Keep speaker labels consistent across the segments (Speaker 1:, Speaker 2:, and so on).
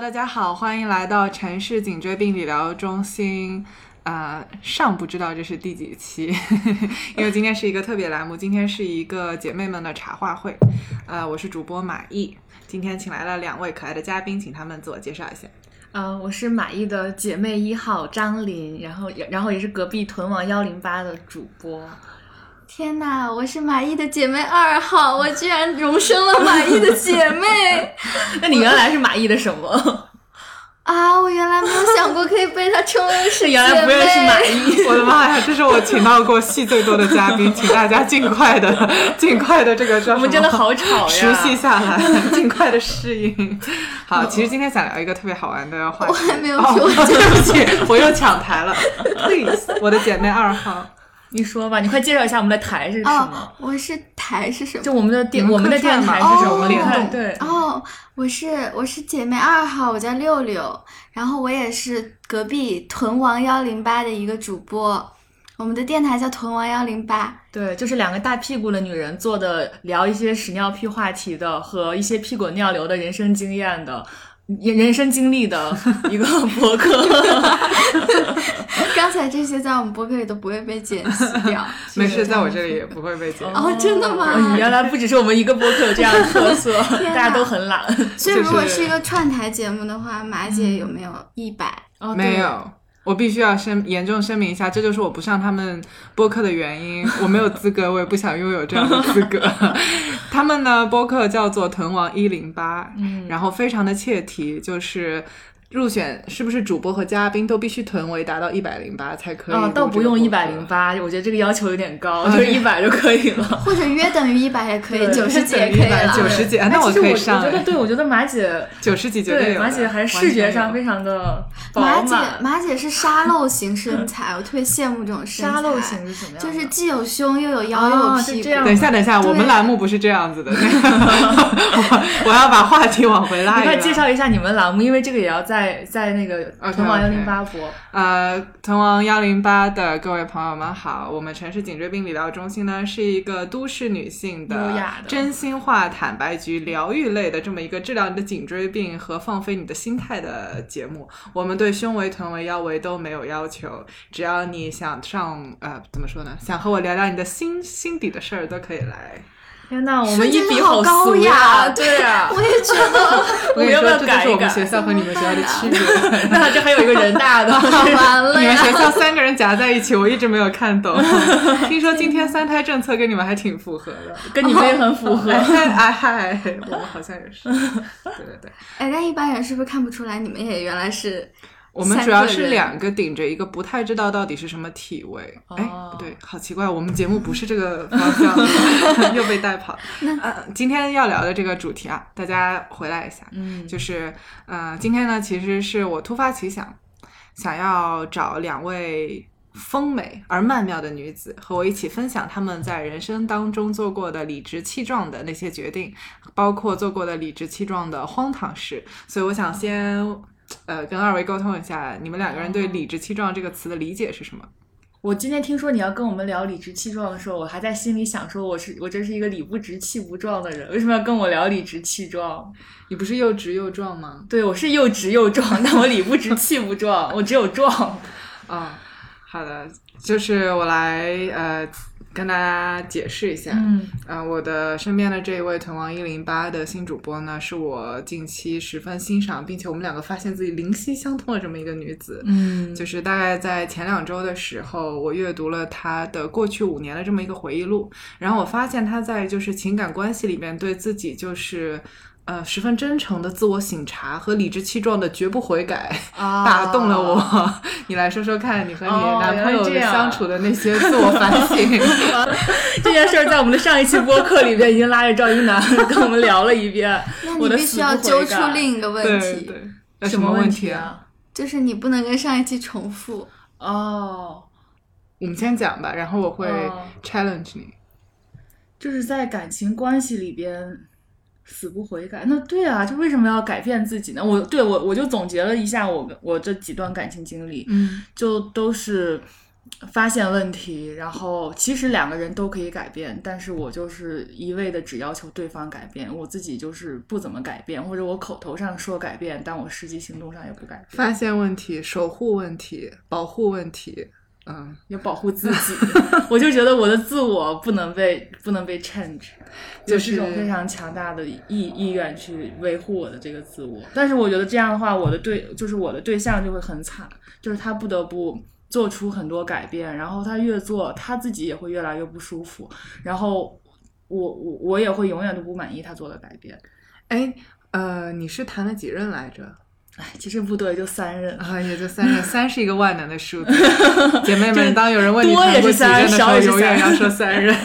Speaker 1: 大家好，欢迎来到城市颈椎病理疗中心。啊、呃，上不知道这是第几期， 因为今天是一个特别栏目，今天是一个姐妹们的茶话会。呃，我是主播马毅，今天请来了两位可爱的嘉宾，请他们自我介 绍一下。
Speaker 2: 呃，我是马毅的姐妹一号张琳，然后然后也是隔壁屯王幺零八的主播。
Speaker 3: 天呐，我是马毅的姐妹二号， 我居然荣升了马毅的姐 妹
Speaker 2: 那你原来是马毅的什么？
Speaker 3: 啊，我原来没有想过可以被她称为 是
Speaker 2: 原来不认识马毅，
Speaker 1: 我的妈呀！这是我请到过戏最多的嘉宾，请大家尽快的、尽快的这个叫
Speaker 2: 我们真的好吵呀！
Speaker 1: 熟悉下 来，尽快的适应。好，其实今天想聊一个特别好玩的话题。
Speaker 3: 嗯我还没有说、哦，
Speaker 1: 对不起，我又抢台了。Please，我的姐妹二号。
Speaker 2: 你说吧，你快介绍一下我们的台是什么？
Speaker 3: 哦、我是台是什么？
Speaker 2: 就我们的电，我们的电台是什么？
Speaker 1: 联动
Speaker 2: 对。
Speaker 3: 哦，我是我是姐妹二号，我叫六六，然后我也是隔壁屯王幺零八的一个主播。我们的电台叫屯王幺零八，
Speaker 2: 对，就是两个大屁股的女人做的，聊一些屎尿屁话题的和一些屁滚尿流的人生经验的。人人生经历的一个 博客
Speaker 3: 刚才这些在我们博客里都不会被剪辑 掉，
Speaker 1: 没事，在我这里也不会被剪。
Speaker 3: 哦，真的吗？
Speaker 2: 哦、原来不只是我们一个播客有这样的特 色，大家都很懒。
Speaker 3: 所以如果是一个串台节目的话，马姐有没有一百、
Speaker 2: 嗯？哦，
Speaker 1: 没有。我必须要声严重声明一下，这就是我不上他们播客的原因。我没有资格，我也不想拥有这样的资格。 他们呢，播客叫做“藤王一零八”，
Speaker 2: 嗯
Speaker 1: 然后非常的切题，就是入选是不是主播和嘉宾都必须臀围达到一百零八才可以。
Speaker 2: 啊，倒不用一百零八，我觉得这个要求有点
Speaker 1: 哦
Speaker 2: 高，就是一百就可以了，
Speaker 3: 或者约等于一百也可以，九十几也可以了。
Speaker 1: 九十几，啊那
Speaker 2: 哎我
Speaker 1: 可以上。
Speaker 2: 我觉得对，我觉得马姐
Speaker 1: 九十几绝
Speaker 2: 对
Speaker 1: 有。
Speaker 2: 马姐还视觉上非常的。
Speaker 3: 马姐，马姐是沙漏型身材，我特别羡慕这种身材。
Speaker 2: 沙漏型是什么呀？
Speaker 3: 就是既有胸又有
Speaker 1: 哦
Speaker 3: 腰又有屁股。
Speaker 1: 等一下，等一下，我们栏目不是这样子的。 我我要把话题往回拉一
Speaker 2: 拉。快介绍一下你们栏目，因为这个也要在在那个
Speaker 1: 滕
Speaker 2: 王幺零八播。
Speaker 1: 呃，滕王幺零八的各位朋友们好，我们城市颈椎病理疗中心呢是一个都市女性的真心话坦白局疗愈类的这么一个治疗你的颈椎病和放飞你的心态的节目。我们对对胸围、臀围、腰围都没有要求，只要你想上，呃，怎么说呢？想和我聊聊你的心心底的事儿，都可以来。
Speaker 2: 天呐，我们一比好
Speaker 3: 高
Speaker 2: 呀！对啊，
Speaker 3: 我也觉 得。
Speaker 1: 我跟你
Speaker 2: 说，
Speaker 1: 这就是我们学校和你们学校 的区别。
Speaker 2: 那这还有一个人大 的，
Speaker 3: 完了
Speaker 1: 你们学校三个人夹在一起，我一直没有看懂。听说今天三胎政策跟你们还挺符合的，
Speaker 2: 跟你们也很符合。
Speaker 1: 哎嗨，我们好像也是。对对对。
Speaker 3: 哎，但一般人是不是看不出来你们也原来是？
Speaker 1: 我们主要是两个顶着一个不太知道到底是什么体位，哎，不对，好奇怪，我们节目不是这个方向， 又被带跑。呃，今天要聊的这个主题啊，大家回来一下，
Speaker 2: 嗯，
Speaker 1: 就是呃，今天呢，其实是我突发奇想，想要找两位丰美而曼妙的女子和我一起分享她们在人生当中做过的理直气壮的那些决定，包括做过的理直气壮的荒唐事，所以我想先。呃，跟二位沟通一下，你们两个人对“理直气壮”这个词的理解是什么？
Speaker 2: 我今天听说你要跟我们聊理直气壮的时候，我还在心里想说，我是我真是一个理不直气不壮的人，为什么要跟我聊理直气壮？
Speaker 1: 你不是又直又壮吗？
Speaker 2: 对，我是又直又壮，但我理不直气不壮，我只有壮。啊、
Speaker 1: 哦，好的，就是我来呃。跟大家解释一下，
Speaker 2: 嗯，
Speaker 1: 呃，我的身边的这一位“豚王一零八”的新主播呢，是我近期十分欣赏，并且我们两个发现自己灵犀相通的这么一个女子，
Speaker 2: 嗯，
Speaker 1: 就是大概在前两周的时候，我阅读了她的过去五年的这么一个回忆录，然后我发现她在就是情感关系里面对自己就是。呃，十分真诚的自我醒察和理直气壮的绝不悔改，
Speaker 2: 啊、
Speaker 1: 打动了我。 你来说说看，你和你男朋友相处的那些自我反省。
Speaker 2: 哦、这件事儿在我们的上一期播客里边已经拉着赵一楠 跟我们聊了一遍。我
Speaker 3: 那你必须要揪出另一个问
Speaker 1: 题，对
Speaker 2: 对
Speaker 1: 什么
Speaker 2: 问
Speaker 1: 题
Speaker 2: 啊？
Speaker 3: 就是你不能跟上一期重复。
Speaker 2: 哦，
Speaker 1: 我们先讲吧，然后我会 challenge 你。
Speaker 2: 就是在感情关系里边。死不悔改，那对啊，就为什么要改变自己呢？我对我我就总结了一下我我这几段感情经历，
Speaker 1: 嗯，
Speaker 2: 就都是发现问题，然后其实两个人都可以改变，但是我就是一味的只要求对方改变，我自己就是不怎么改变，或者我口头上说改变，但我实际行动上也不改变。
Speaker 1: 发现问题、守护问题、保护问题，嗯，
Speaker 2: 要保护自己。 我就觉得我的自我不能被不能被 change，
Speaker 1: 就是
Speaker 2: 有这种非常强大的意意愿去维护我的这个自我。但是我觉得这样的话，我的对就是我的对象就会很惨，就是他不得不。做出很多改变，然后他越做，他自己也会越来越不舒服，然后我我我也会永远都不满意他做的改变。
Speaker 1: 哎，呃，你是谈了几任来着？
Speaker 2: 哎，其实不多，也就三任
Speaker 1: 啊，也 就三任，三是一个万能的数字。姐妹们，当有人问你
Speaker 2: 多
Speaker 1: 谈
Speaker 2: 也
Speaker 1: 过
Speaker 2: 是
Speaker 1: 几任的
Speaker 2: 三，
Speaker 1: 时
Speaker 2: 少
Speaker 1: 候，
Speaker 2: 也是
Speaker 1: 永远要
Speaker 2: 三。
Speaker 1: 说三 任。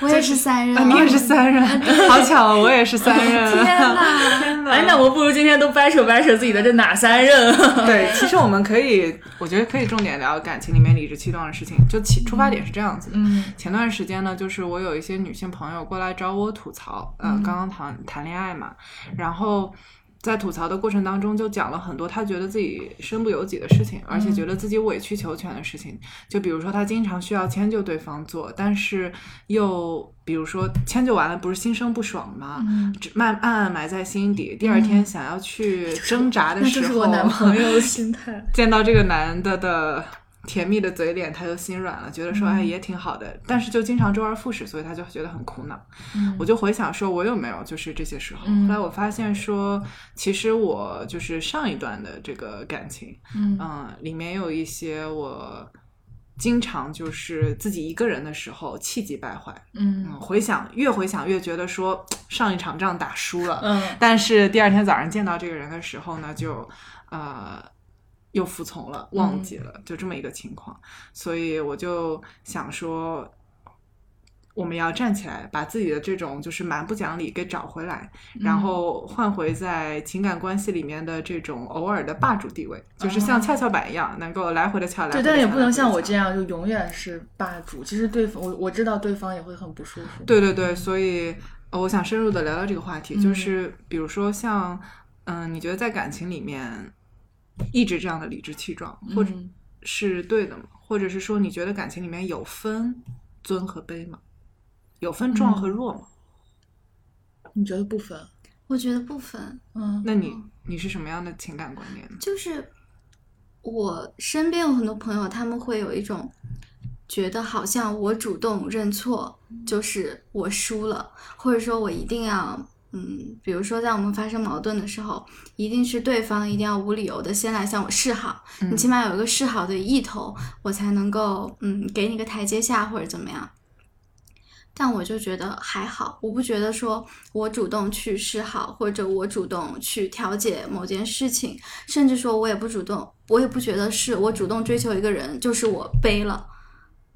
Speaker 3: 我也是三人，啊
Speaker 1: 啊你也是三啊任， 好巧哦，我也是三
Speaker 3: 天
Speaker 1: 任。
Speaker 3: 哪！
Speaker 1: 天哪
Speaker 2: 嗯哎，那我不如今天都掰扯掰扯自己的这哪三任？啊
Speaker 1: 对，其实我们可以，我觉得可以重点聊感情里面理直气壮的事情。就起出发点是这样子的，
Speaker 2: 嗯
Speaker 1: 前段时间呢，就是我有一些女性朋友过来找我吐槽，嗯、
Speaker 2: 嗯
Speaker 1: 刚刚谈谈恋爱嘛，然后在吐槽的过程当中，就讲了很多她觉得自己身不由己的事情，而
Speaker 2: 嗯
Speaker 1: 且觉得自己委曲求全的事情。就比如说，她经常需要迁就对方做，但是又比如说迁就完了，不是心生不爽吗？
Speaker 2: 嗯，
Speaker 1: 只慢暗暗埋在心底，第二天想要去挣扎的
Speaker 2: 那
Speaker 1: 时
Speaker 2: 就
Speaker 1: 候，
Speaker 2: 是我男朋友的心态。
Speaker 1: 见到这个男的的甜蜜的嘴脸，他就心软了，觉得说哎也挺好的，但是就经常周而复始，所以他就觉得很苦恼。
Speaker 2: 嗯
Speaker 1: 我就回想说，我有没有就是这些时候？
Speaker 2: 嗯
Speaker 1: 后来我发现说，其实我就是上一段的这个感情，
Speaker 2: 嗯
Speaker 1: 嗯，里面有一些我。经常就是自己一个人的时候气急败坏，嗯，
Speaker 2: 嗯
Speaker 1: 回想越回想越觉得说上一场仗打输了，
Speaker 2: 嗯
Speaker 1: 但是第二天早上见到这个人的时候呢，就呃又服从了，
Speaker 2: 嗯
Speaker 1: 忘记了，就这么一个情况。所以我就想说，我们要站起来，把自己的这种就是蛮不讲理给找回来，
Speaker 2: 嗯
Speaker 1: 然后换回在情感关系里面的这种偶尔的霸主地位，就是像跷跷板一样，能够来回的翘，来回
Speaker 2: 哦
Speaker 1: 的
Speaker 2: 对，但也不能像我
Speaker 1: 样。
Speaker 2: 这样就永远是霸主。其实对方，我我知道对方也会很不舒服。
Speaker 1: 对对对，所以、呃我想深入的聊聊这个话题，就
Speaker 2: 嗯
Speaker 1: 是比如说像，嗯、你觉得在感情里面一直这样的理直气壮，或者
Speaker 2: 嗯
Speaker 1: 是对的吗？或者是说，你觉得感情里面有分尊和卑吗？有分壮
Speaker 2: 嗯
Speaker 1: 和弱吗？
Speaker 2: 你觉得不分？
Speaker 3: 我觉得不分，
Speaker 2: 嗯，
Speaker 1: 那你你是什么样的情感观念呢？
Speaker 3: 就是我身边有很多朋友，他们会有一种觉得好像我主动认错就是我输了，或者说我一定要。嗯，比如说在我们发生矛盾的时候，一定是对方一定要无理由的先来向我示好，
Speaker 1: 嗯
Speaker 2: 嗯
Speaker 3: 你起码有一个示好的意头，我才能够嗯给你个台阶下或者怎么样。但我就觉得还好，我不觉得说我主动去示好，或者我主动去调解某件事情，甚至说我也不主动，我也不觉得是我主动追求一个人就是我背了，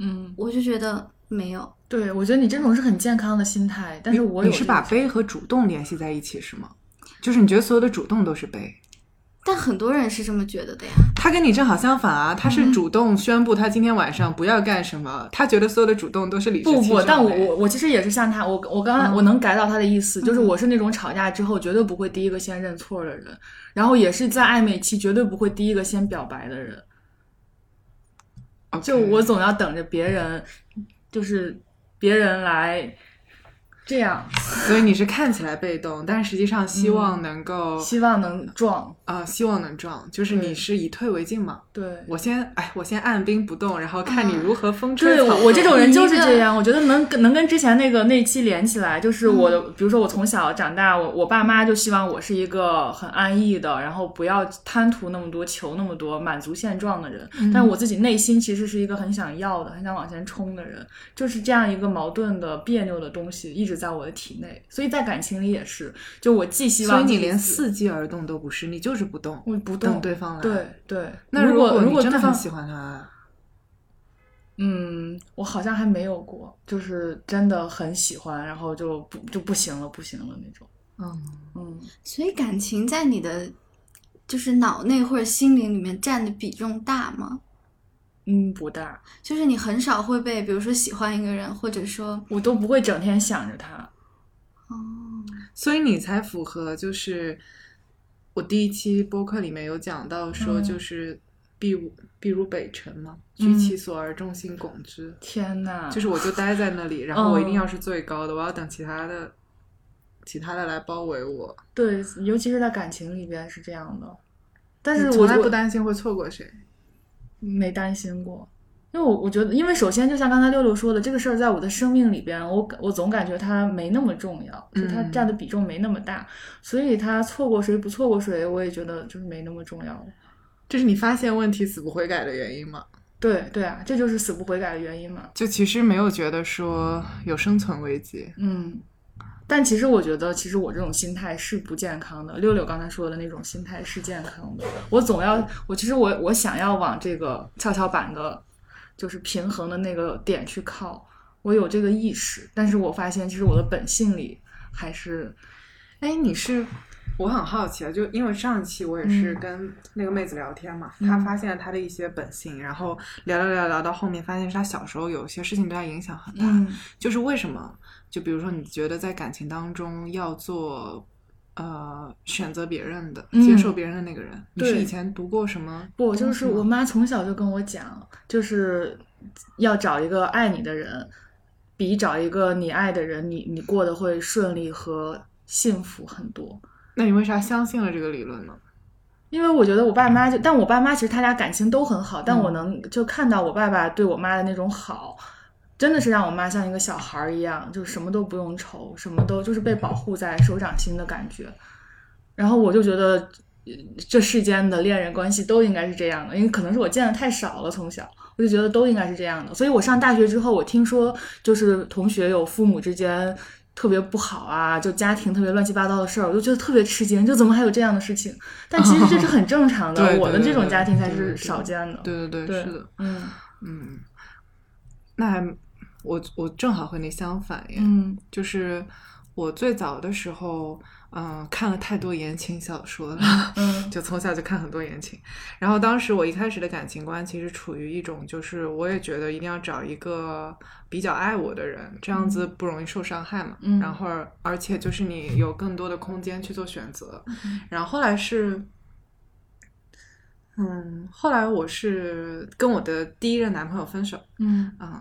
Speaker 2: 嗯，
Speaker 3: 我就觉得没有。
Speaker 2: 对，我觉得你这种是很健康的心态，但是我有
Speaker 1: 你是把卑和主动联系在一起是吗？就是你觉得所有的主动都是卑，
Speaker 3: 但很多人是这么觉得的呀，
Speaker 1: 他跟你正好相反啊，他
Speaker 2: 嗯
Speaker 1: 是主动宣布他今天晚上不要干什么，他觉得所有的主动都是理直
Speaker 2: 不
Speaker 1: 气
Speaker 2: 不，
Speaker 1: 壮
Speaker 2: 但我
Speaker 1: 的哎
Speaker 2: 我我其实也是像他，我我刚才我能 get 到他的意思，就是我是那种吵架之后绝对不会第一个先认错的人，然后也是在暧昧期绝对不会第一个先表白的人，
Speaker 1: OK
Speaker 2: 就我总要等着别人，就是别人来这样，
Speaker 1: 所以你是看起来被动，但实际上希望能够、
Speaker 2: 嗯希望能撞。
Speaker 1: 啊，希望能撞，就是
Speaker 2: 对
Speaker 1: 你是以退为进嘛。
Speaker 2: 对，
Speaker 1: 我先哎，我先按兵不动，然后看你
Speaker 3: 嗯
Speaker 1: 如何风吹
Speaker 2: 啊对
Speaker 1: 草
Speaker 2: 我
Speaker 1: 动。
Speaker 2: 我 这种人就是
Speaker 3: 你一个
Speaker 2: 这样，我觉得能跟能跟之前那个那一期连起来，就是我
Speaker 1: 嗯
Speaker 2: 的，比如说我从小长大，我我爸妈就希望我是一个很安逸的，然后不要贪图那么多，求那么多，满足现状的人。
Speaker 1: 嗯
Speaker 2: 但我自己内心其实是一个很想要的，很想往前冲的人，就是这样一个矛盾的别扭的东西一直在我的体内，所以在感情里也是，就我既希
Speaker 1: 所以
Speaker 2: 望
Speaker 1: 你
Speaker 2: 自己
Speaker 1: 连
Speaker 2: 自
Speaker 1: 伺机而动都不是，你就是不动，
Speaker 2: 我不
Speaker 1: 等
Speaker 2: 动，
Speaker 1: 对方来。，
Speaker 2: 对对。
Speaker 1: 那
Speaker 2: 如
Speaker 1: 果
Speaker 2: 如果
Speaker 1: 你真的很
Speaker 2: 对方
Speaker 1: 喜欢他，
Speaker 2: 嗯，我好像还没有过，就是真的很喜欢，然后就不就不行了，不行了那种。
Speaker 1: 嗯，
Speaker 2: 嗯，
Speaker 3: 所以感情在你的就是脑内或者心灵里面占的比重大吗？
Speaker 2: 嗯，不大，
Speaker 3: 就是你很少会被，比如说喜欢一个人，或者说，
Speaker 2: 我都不会整天想着他。
Speaker 3: 哦，
Speaker 1: 所以你才符合就是我第一期播客里面有讲到说，
Speaker 2: 嗯
Speaker 1: 就是必如必如北辰嘛，居其所而中心拱之，
Speaker 2: 天哪！
Speaker 1: 就是我就待在那里，然后我一定要是最高的，我要等其他的其他的来包围我。
Speaker 2: 对，尤其是在感情里边是这样的，但
Speaker 1: 你
Speaker 2: 是
Speaker 1: 从
Speaker 2: 我
Speaker 1: 来不
Speaker 2: 我
Speaker 1: 担心会错过谁，
Speaker 2: 没担心过，因为我我觉得，因为首先就像刚才六六说的，这个事儿在我的生命里边，我感我总感觉它没那么重要，就它
Speaker 1: 嗯
Speaker 2: 占的比重没那么大，所以它错过谁不错过谁，我也觉得就是没那么重要了。
Speaker 1: 这是你发现问题死不悔改的原因吗？
Speaker 2: 对对啊，这就是死不悔改的原因嘛。
Speaker 1: 就其实没有觉得说有生存危机，
Speaker 2: 嗯，但其实我觉得，其实我这种心态是不健康的。六六刚才说的那种心态是健康的。我总要，我其实我我想要往这个跷跷板的，就是平衡的那个点去靠。我有这个意识，但是我发现，其实我的本性里还是
Speaker 1: 哎，你是，我很好奇啊，就因为上一期我也是
Speaker 2: 嗯
Speaker 1: 跟那个妹子聊天嘛，
Speaker 2: 嗯
Speaker 1: 她发现了她的一些本性，然后聊聊聊聊到后面，发现是她小时候有些事情对她影响很大，
Speaker 2: 嗯
Speaker 1: 就是为什么？就比如说，你觉得在感情当中要做。呃，选择别人的，
Speaker 2: 嗯
Speaker 1: 接受别人的那个人，你是
Speaker 2: 对
Speaker 1: 以前读过什么
Speaker 2: 不，
Speaker 1: 东西吗？
Speaker 2: 就是我妈从小就跟我讲，就是要找一个爱你的人，比找一个你爱的人，你你过得会顺利和幸福很多。
Speaker 1: 那你为啥相信了这个理论呢？
Speaker 2: 嗯因为我觉得我爸妈就，但我爸妈其实他俩感情都很好，但
Speaker 1: 嗯
Speaker 2: 我能就看到我爸爸对我妈的那种好，真的是让我妈像一个小孩儿一样，就什么都不用愁，什么都就是被保护在手掌心的感觉。然后我就觉得呃这世间的恋人关系都应该是这样的，因为可能是我见的太少了，从小我就觉得都应该是这样的。所以我上大学之后，我听说就是同学有父母之间。特别不好啊，就家庭特别乱七八糟的事儿，我就觉得特别吃惊，就怎么还有这样的事情？但其实这是很正常 的，
Speaker 1: 对对
Speaker 2: 我们这种
Speaker 1: 对
Speaker 2: 家庭才
Speaker 1: 对对
Speaker 2: 是
Speaker 1: 对
Speaker 2: 少见的。
Speaker 1: 对对
Speaker 2: 对
Speaker 1: 是的，
Speaker 2: 嗯
Speaker 1: 嗯，那还我我正好和你相反耶，
Speaker 2: 嗯
Speaker 1: 就是我最早的时候，嗯、看了太多言情小说了，
Speaker 2: 嗯
Speaker 1: 就从小就看很多言情。然后当时我一开始的感情观其实处于一种，就是我也觉得一定要找一个比较爱我的人，这样子不容易受伤害嘛。
Speaker 2: 嗯
Speaker 1: 然后而且就是你有更多的空间去做选择。
Speaker 2: 嗯
Speaker 1: 然后后来是。嗯，后来我是跟我的第一任男朋友分手，
Speaker 2: 嗯
Speaker 1: 嗯，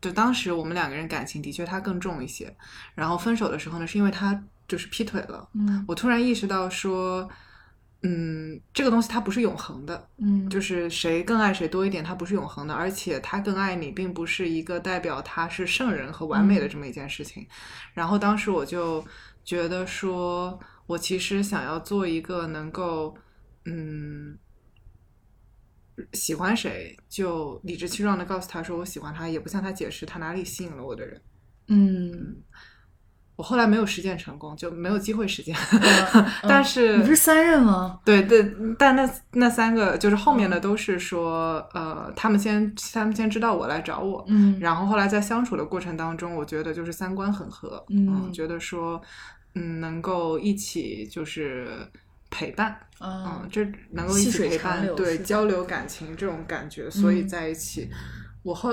Speaker 1: 就当时我们两个人感情的确他更重一些，然后分手的时候呢，是因为他就是劈腿了。
Speaker 2: 嗯
Speaker 1: 我突然意识到说，嗯，这个东西它不是永恒的，
Speaker 2: 嗯，
Speaker 1: 就是谁更爱谁多一点，它不是永恒的，而且他更爱你，并不是一个代表他是圣人和完
Speaker 2: 嗯
Speaker 1: 美的这么一件事情。然后当时我就觉得说，我其实想要做一个能够，嗯。喜欢谁就理直气壮的告诉他说我喜欢他，也不向他解释他哪里吸引了我的人。
Speaker 2: 嗯，
Speaker 1: 我后来没有实践成功，就没有机会实践。
Speaker 2: 嗯
Speaker 1: 但是、
Speaker 2: 你不是三任吗？
Speaker 1: 对对，但那那三个就是后面的都是说，呃，他们先他们先知道我来找我，
Speaker 2: 嗯
Speaker 1: 然后后来在相处的过程当中，我觉得就是三观很合，
Speaker 2: 嗯
Speaker 1: 觉得说，嗯，能够一起就是陪伴，嗯，
Speaker 2: 嗯
Speaker 1: 这能够一
Speaker 2: 细
Speaker 1: 起
Speaker 2: 水
Speaker 1: 陪
Speaker 2: 长
Speaker 1: 伴，
Speaker 2: 流
Speaker 1: 对
Speaker 2: 是，吧
Speaker 1: 交流感情这种感觉，所以
Speaker 2: 嗯
Speaker 1: 在一起，我后。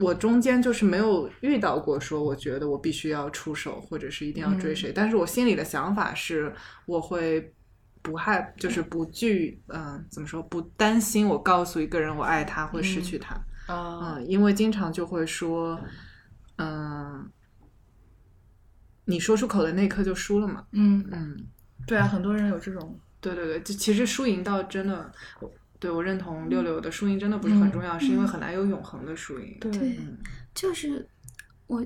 Speaker 1: 我中间就是没有遇到过说，我觉得我必须要出手，或者是一定要
Speaker 2: 嗯
Speaker 1: 追谁。但是我心里的想法是，我会不害，就是不惧，嗯、怎么说，不担心我告诉一个人我爱他会失
Speaker 2: 嗯
Speaker 1: 去他。
Speaker 2: 啊
Speaker 1: 嗯，因为经常就会说，嗯、你说出口的那一刻就输了嘛。
Speaker 2: 嗯，
Speaker 1: 嗯，
Speaker 2: 对啊，很多人有这种，
Speaker 1: 对对对，就其实输赢倒真的，我对我认同六六的输赢真的不是很重要，是因为很难有永恒的输赢。
Speaker 3: 对
Speaker 2: 对，
Speaker 1: 嗯
Speaker 3: 就是我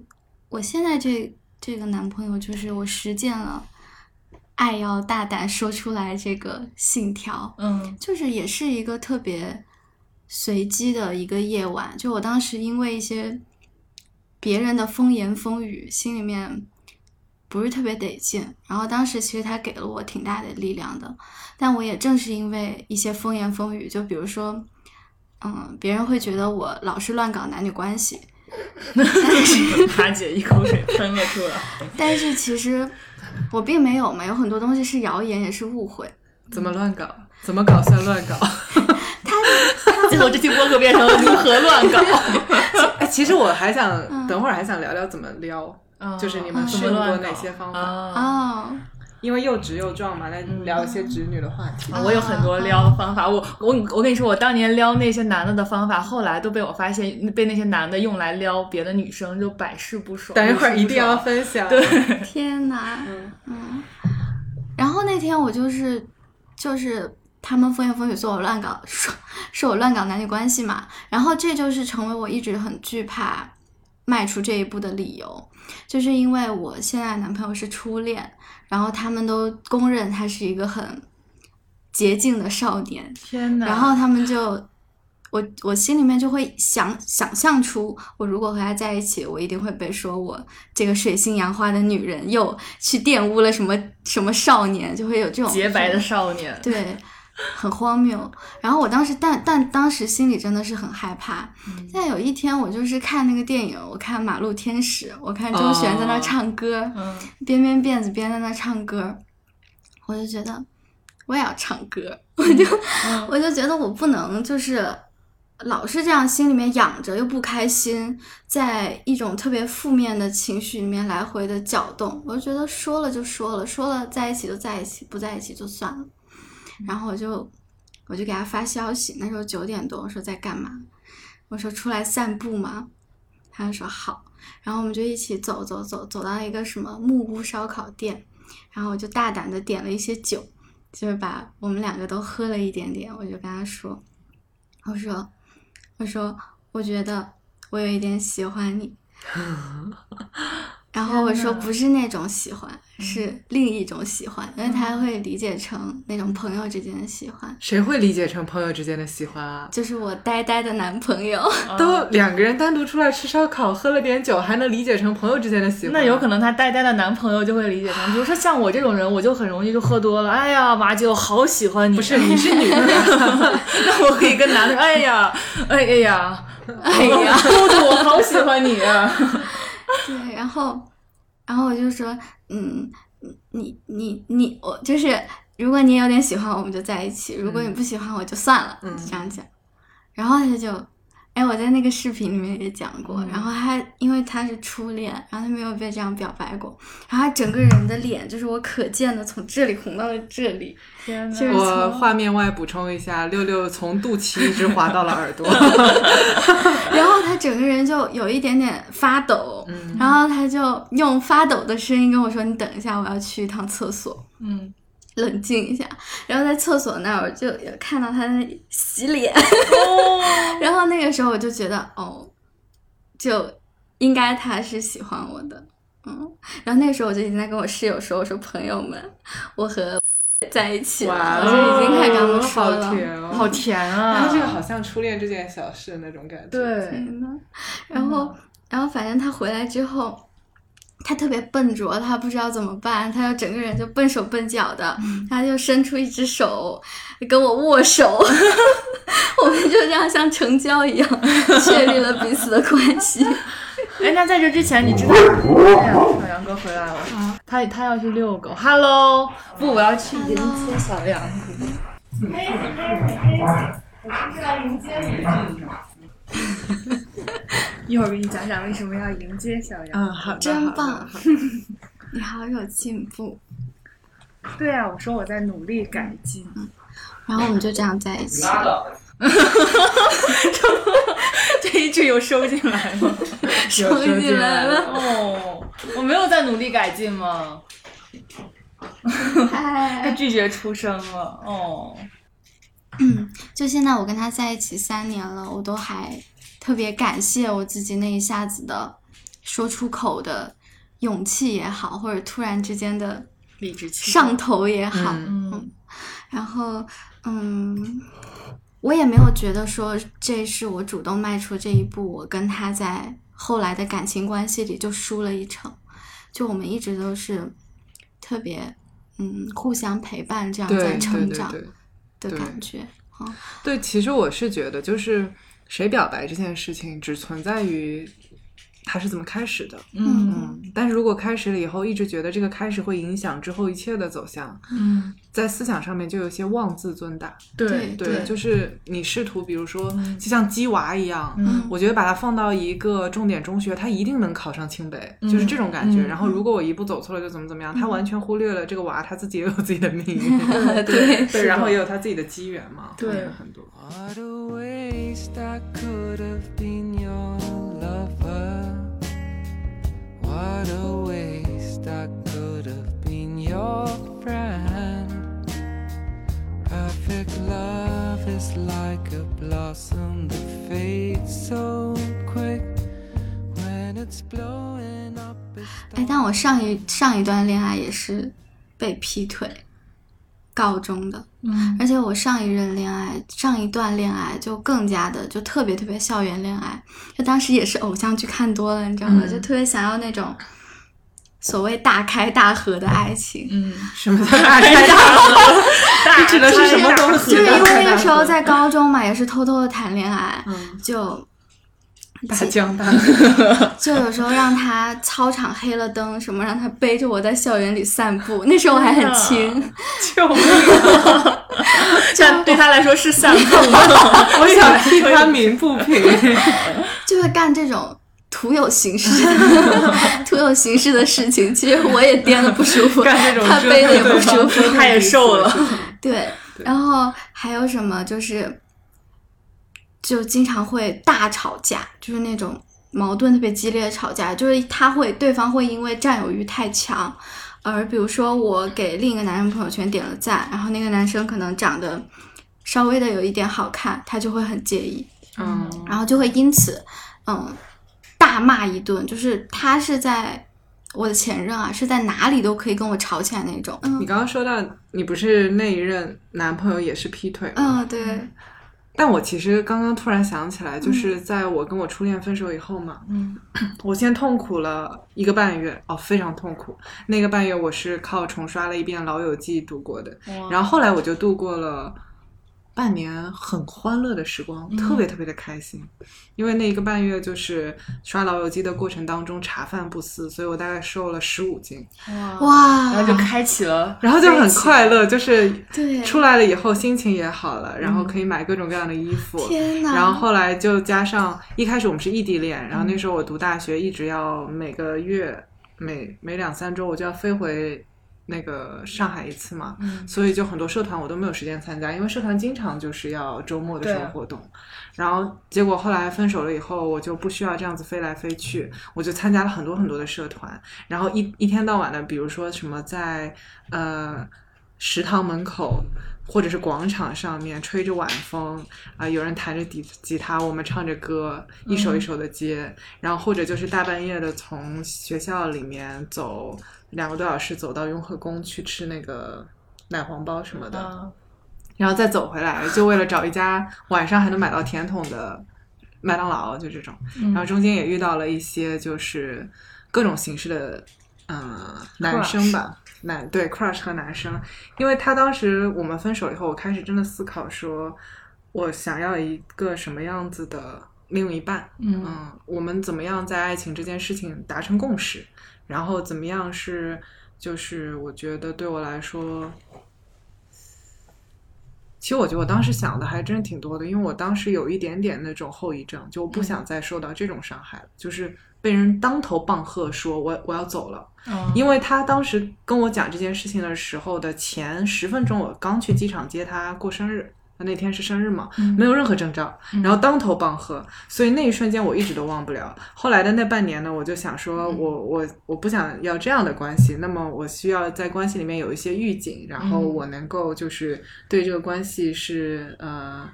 Speaker 3: 我现在这这个男朋友，就是我实践了“爱要大胆说出来”这个信条，
Speaker 2: 嗯
Speaker 3: 就是也是一个特别随机的一个夜晚。就我当时因为一些别人的风言风语，心里面不是特别得劲。然后当时其实他给了我挺大的力量的，但我也正是因为一些风言风语，就比如说，嗯，别人会觉得我老是乱搞男女关系，
Speaker 2: 哈姐一口水喷了出来，
Speaker 3: 但是其实我并没有嘛，有很多东西是谣言，也是误会。
Speaker 1: 怎么乱搞？怎么搞算乱搞？
Speaker 2: 最后这期播客变成了如何乱搞，
Speaker 1: 哎，其实我还想、嗯等会儿还想聊聊怎么撩，就是你们
Speaker 2: 啊
Speaker 1: 试
Speaker 2: 怎么
Speaker 1: 过
Speaker 2: 乱搞
Speaker 1: 哪些方法
Speaker 2: 啊？
Speaker 3: 哦，
Speaker 1: 因为又直又壮嘛，来聊一些直女的话题。
Speaker 2: 啊我有很多撩的方法，我我我跟你说，我当年撩那些男的的方法，后来都被我发现被那些男的用来撩别的女生，就百试不爽。
Speaker 1: 等一会儿一定要
Speaker 2: 百
Speaker 1: 分
Speaker 2: 试
Speaker 1: 享。
Speaker 2: 对
Speaker 3: 天哪，
Speaker 1: 嗯
Speaker 3: 嗯，然后那天我就是就是他们风言风语说我乱搞， 说说我乱搞男女关系嘛，然后这就是成为我一直很惧怕迈出这一步的理由，就是因为我现在的男朋友是初恋，然后他们都公认他是一个很洁净的少年，
Speaker 2: 不爽。天哪！
Speaker 3: 然后他们就，我我心里面就会想想象出，我如果和他在一起，我一定会被说我这个水性杨花的女人又去玷污了什么什么少年，就会有这种
Speaker 2: 洁白的少年，
Speaker 3: 对，很荒谬。然后我当时，但但当时心里真的是很害怕。
Speaker 2: 嗯
Speaker 3: 但有一天，我就是看那个电影，我看《马路天使》，我看周璇在那儿
Speaker 2: 哦
Speaker 3: 唱歌，
Speaker 2: 嗯，
Speaker 3: 边编辫子边在那唱歌，我就觉得我也要唱歌， 我就、
Speaker 2: 嗯
Speaker 3: 我就觉得我不能就是老是这样心里面养着又不开心，在一种特别负面的情绪里面来回的搅动，我就觉得说了就说了，说了在一起就在一起，不在一起就算了。
Speaker 2: 嗯
Speaker 3: 然后我就我就给他发消息，那时候九点多，我说在干嘛？我说出来散步吗？他就说好，然后我们就一起走走走，走到一个什么木屋烧烤店，然后我就大胆的点了一些酒，就是把我们两个都喝了一点点，我就跟他说，我说，我说，我觉得我有一点喜欢你，然后我
Speaker 2: 天
Speaker 3: 说
Speaker 2: 哪嗯
Speaker 3: 不是那种喜欢，是另一种喜欢，因为他会理解成那种朋友之间的喜欢，
Speaker 1: 谁会理解成朋友之间的喜欢啊？
Speaker 3: 就是我呆呆的男 朋友。
Speaker 1: 都两个人单独出来吃烧烤，喝了点酒，还能理解成朋友之间的喜欢？
Speaker 2: 那有可能她呆呆的男朋友就会理解成，比如说像我这种人，我就很容易就喝多了。哎呀，马姐，我好喜欢你。
Speaker 1: 不是，你是女的，
Speaker 2: 那我可以跟男的，哎呀，哎哎呀，
Speaker 3: 哎呀，
Speaker 2: 姑姑，我好喜欢你啊。
Speaker 3: 对，然后，然后我就说，嗯，你你你，我就是，如果你有点喜欢我，我们就在一起；如果你不喜欢我，就算了，就这样讲。然后他就，哎，我在那个视频里面也讲过，然后他因为他是初恋，然后他没有被这样表白过，然后他整个人的脸就是我可见的从这里红到了这里，
Speaker 2: 天
Speaker 3: 就是
Speaker 1: 我
Speaker 3: 从，
Speaker 1: 画面外补充一下，六六从肚脐一直滑到了耳朵。
Speaker 3: 然后他整个人就有一点点发抖，然后他就用发抖的声音跟我说：“你等一下，我要去一趟厕所。”
Speaker 2: 嗯，
Speaker 3: 冷静一下，然后在厕所那儿我就有看到他在那里洗脸，
Speaker 2: 哦，
Speaker 3: 然后那个时候我就觉得哦，就应该他是喜欢我的，嗯，然后那个时候我就已经在跟我室友说，我说朋友们，我和在一起了，我就已经开始跟他们说了，
Speaker 1: 啊好甜哦！
Speaker 2: 好甜
Speaker 1: 然
Speaker 2: 啊
Speaker 1: 后！这个好像初恋这件小事那种感觉。，
Speaker 2: 对，
Speaker 3: 天呐，然后，然后反正他回来之后，他特别笨拙，他不知道怎么办，他就整个人就笨手笨脚的，他就伸出一只手跟我握 手，我们就这样像成交一 样确立了彼此的关系。
Speaker 2: 哎，那在这之前，你知道？哎呀，小杨哥回来了，他他要去遛狗。Hello，不，我要去迎接小杨。一会儿给你讲讲为什么要迎接小杨。
Speaker 1: 嗯，好的，
Speaker 3: 真
Speaker 1: 好的
Speaker 3: 棒。 你好有进步，
Speaker 2: 对啊，我说我在努力改进。
Speaker 3: 然后我们就这样在一 起了。
Speaker 2: 这一句有收进来吗？
Speaker 1: 有
Speaker 3: 终于
Speaker 1: 收进来
Speaker 3: 来了，
Speaker 2: 哦，我没有在努力改进吗？他
Speaker 3: 嗨，
Speaker 2: 哎拒绝出声了。哦，
Speaker 3: 就现在我跟他在一起三年了，我都还特别感谢我自己那一下子的说出口的勇气也好，或者突然之间的
Speaker 2: 理直气
Speaker 3: 上头也好，
Speaker 1: 嗯
Speaker 2: 嗯
Speaker 3: 然后嗯，我也没有觉得说这是我主动迈出这一步，我跟他在后来的感情关系里就输了一程，就我们一直都是特别嗯互相陪伴，这样
Speaker 1: 对
Speaker 3: 在
Speaker 1: 对
Speaker 3: 成
Speaker 1: 对
Speaker 3: 长
Speaker 1: 对
Speaker 3: 的
Speaker 1: 对
Speaker 3: 感觉。哦
Speaker 1: 对，其实我是觉得，就是谁表白这件事情，只存在于它是怎么开始的。
Speaker 3: 嗯
Speaker 1: 嗯，但是如果开始了以后，一直觉得这个开始会影响之后一切的走向，
Speaker 2: 嗯，
Speaker 1: 在思想上面就有些妄自尊大。
Speaker 2: 对
Speaker 3: 对
Speaker 1: 就是你试图，比如说，
Speaker 2: 嗯
Speaker 1: 就像鸡娃一样。
Speaker 2: 嗯
Speaker 1: 我觉得把它放到一个重点中学，他一定能考上清北，就是这种感觉。
Speaker 2: 嗯
Speaker 1: 然后，如果我一步走错了，就怎么怎么样，他完全忽略了这个娃他自己也有自己的命运，
Speaker 3: 对
Speaker 1: 对，然后
Speaker 2: 的
Speaker 1: 也有他自己的机缘嘛，
Speaker 2: 对
Speaker 1: 还有很多。
Speaker 4: What a waste I could have been your lover. What a waste I could have been your friend. Perfect love is like a blossom that fades so quick when it's blowing up. It's
Speaker 3: 哎，但我上一上一段恋爱也是被劈腿告终的，
Speaker 2: 嗯
Speaker 3: 而且我上一任恋爱，上一段恋爱就更加的就特别特别校园恋爱，就当时也是偶像剧看多了，你知道吗？
Speaker 2: 嗯
Speaker 3: 就特别想要那种所谓大开大合的爱情。
Speaker 2: 嗯，
Speaker 1: 什么叫大开大合？你指的是什么东
Speaker 3: 就
Speaker 1: 西？
Speaker 3: 是因为那个时候在高中嘛，也是偷偷的谈恋爱，
Speaker 1: 嗯
Speaker 3: 就
Speaker 1: 大江大河，
Speaker 3: 就有时候让他操场黑了灯什么，让他背着我在校园里散步。那时候我还很轻，
Speaker 2: 救命啊！这样对他来说 是散步吗？
Speaker 1: 我想替他鸣不平。
Speaker 3: 就会干这种徒有 形式、 徒有形式的事情。其实我也颠的不舒服，
Speaker 1: 干这种
Speaker 3: 他背的也不
Speaker 1: 折
Speaker 3: 舒
Speaker 1: 腾对
Speaker 3: 服，
Speaker 1: 方
Speaker 2: 他也瘦了。
Speaker 3: 对，然后还有什么就是，就经常会大吵架，就是那种矛盾特别激烈的吵架，就是他会对方会因为占有欲太强，而比如说我给另一个男生朋友圈点了赞，然后那个男生可能长得稍微的有一点好看，他就会很介意，
Speaker 1: 嗯，
Speaker 3: 然后就会因此，嗯，大骂一顿。就是他是在我的前任啊，是在哪里都可以跟我吵起来那种。嗯
Speaker 1: 你刚刚说到你不是那一任男朋友也是劈腿吗？
Speaker 3: 嗯，对，
Speaker 1: 但我其实刚刚突然想起来，就是在我跟我初恋分手以后嘛，
Speaker 2: 嗯，
Speaker 1: 我先痛苦了一个半月，哦，非常痛苦。那个半月我是靠重刷了一遍《老友记》度过的，
Speaker 3: 嗯
Speaker 1: 然后后来我就度过了半年很欢乐的时光，特
Speaker 3: 嗯
Speaker 1: 别特别的开心。因为那一个半月就是刷《老友记》的过程当中茶饭不思，所以我大概瘦了十五
Speaker 3: 哦
Speaker 1: 斤，
Speaker 2: 哇，
Speaker 3: 哇，
Speaker 2: 然后就开启了，
Speaker 1: 然后就很快乐，就是
Speaker 3: 对嗯
Speaker 1: 出来了以后心情也好了，然后可以买各种各样的衣服，
Speaker 3: 天哪！
Speaker 1: 然后后来就加上一开始我们是异地恋，然后那时候我读大学，一直要每个月每每两三周我就要飞回那个上海一次嘛，
Speaker 2: 嗯
Speaker 1: 所以就很多社团我都没有时间参加，因为社团经常就是要周末的时
Speaker 2: 对啊
Speaker 1: 候活动。然后结果后来分手了以后，我就不需要这样子飞来飞去，我就参加了很多很多的社团，然后一一天到晚的，比如说什么在呃食堂门口。或者是广场上面吹着晚风啊、有人弹着吉吉他，我们唱着歌，
Speaker 2: 嗯
Speaker 1: 一首一首的接，然后或者就是大半夜的从学校里面走两个多小时走到雍和宫去吃那个奶黄包什么的，
Speaker 2: 啊
Speaker 1: 然后再走回来，就为了找一家晚上还能买到甜筒的麦当劳，就这种。
Speaker 2: 嗯
Speaker 1: 然后中间也遇到了一些就是各种形式的，呃，男生吧，男对 crush 和男生。因为他当时我们分手以后，我开始真的思考说，我想要一个什么样子的另一半。
Speaker 2: 嗯
Speaker 1: 嗯，我们怎么样在爱情这件事情达成共识，然后怎么样是，就是我觉得对我来说，其实我觉得我当时想的还真挺多的，因为我当时有一点点那种后遗症，就我不想再受到这种伤害了，就是被人当头棒喝说我我要走了，
Speaker 2: 嗯
Speaker 1: 因为他当时跟我讲这件事情的时候的前十分钟，我刚去机场接他过生日，那天是生日嘛，没有任何征兆，然后当头棒喝，所以那一瞬间我一直都忘不了。后来的那半年呢，我就想说我我我不想要这样的关系，那么我需要在关系里面有一些预警，然后
Speaker 2: 嗯
Speaker 1: 我能够就是对这个关系是呃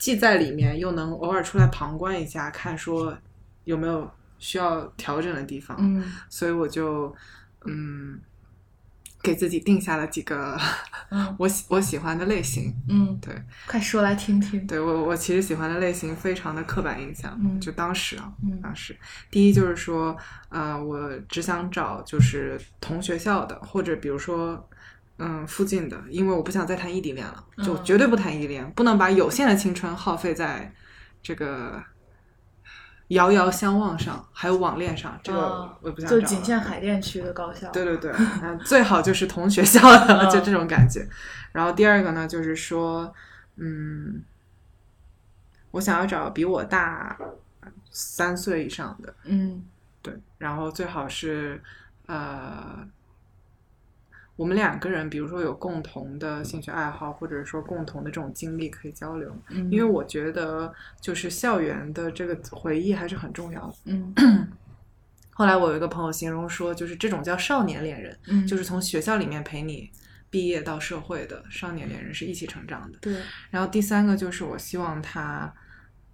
Speaker 1: 既在里面，又能偶尔出来旁观一下，看说有没有需要调整的地方。
Speaker 2: 嗯
Speaker 1: 所以我就嗯，给自己定下了几个
Speaker 2: 嗯
Speaker 1: 我喜我喜欢的类型。
Speaker 2: 嗯，
Speaker 1: 对，
Speaker 2: 快说来听听。
Speaker 1: 对我我其实喜欢的类型非常的刻板印象，
Speaker 2: 嗯
Speaker 1: 就当时啊，
Speaker 2: 嗯
Speaker 1: 当时第一就是说，呃，我只想找就是同学校的，或者比如说。嗯，附近的，因为我不想再谈异地恋了，就
Speaker 2: 嗯
Speaker 1: 绝对不谈异地恋，不能把有限的青春耗费在这个遥遥相望上，还有网恋上，这个我不想、
Speaker 2: 哦就仅限海淀区的高校。
Speaker 1: 对对对，嗯，最好就是同学校的， 就这种感觉。然后第二个呢，就是说，嗯，我想要找比我大三岁以上的，
Speaker 2: 嗯，
Speaker 1: 对，然后最好是呃，我们两个人，比如说有共同的兴趣爱好，或者说共同的这种经历可以交流。
Speaker 2: 嗯
Speaker 1: 因为我觉得，就是校园的这个回忆还是很重要的。
Speaker 2: 嗯
Speaker 1: 后来我有一个朋友形容说，就是这种叫少年恋人，
Speaker 2: 嗯，
Speaker 1: 就是从学校里面陪你毕业到社会的少年恋人是一起成长的。
Speaker 2: 对，
Speaker 1: 然后第三个就是我希望他，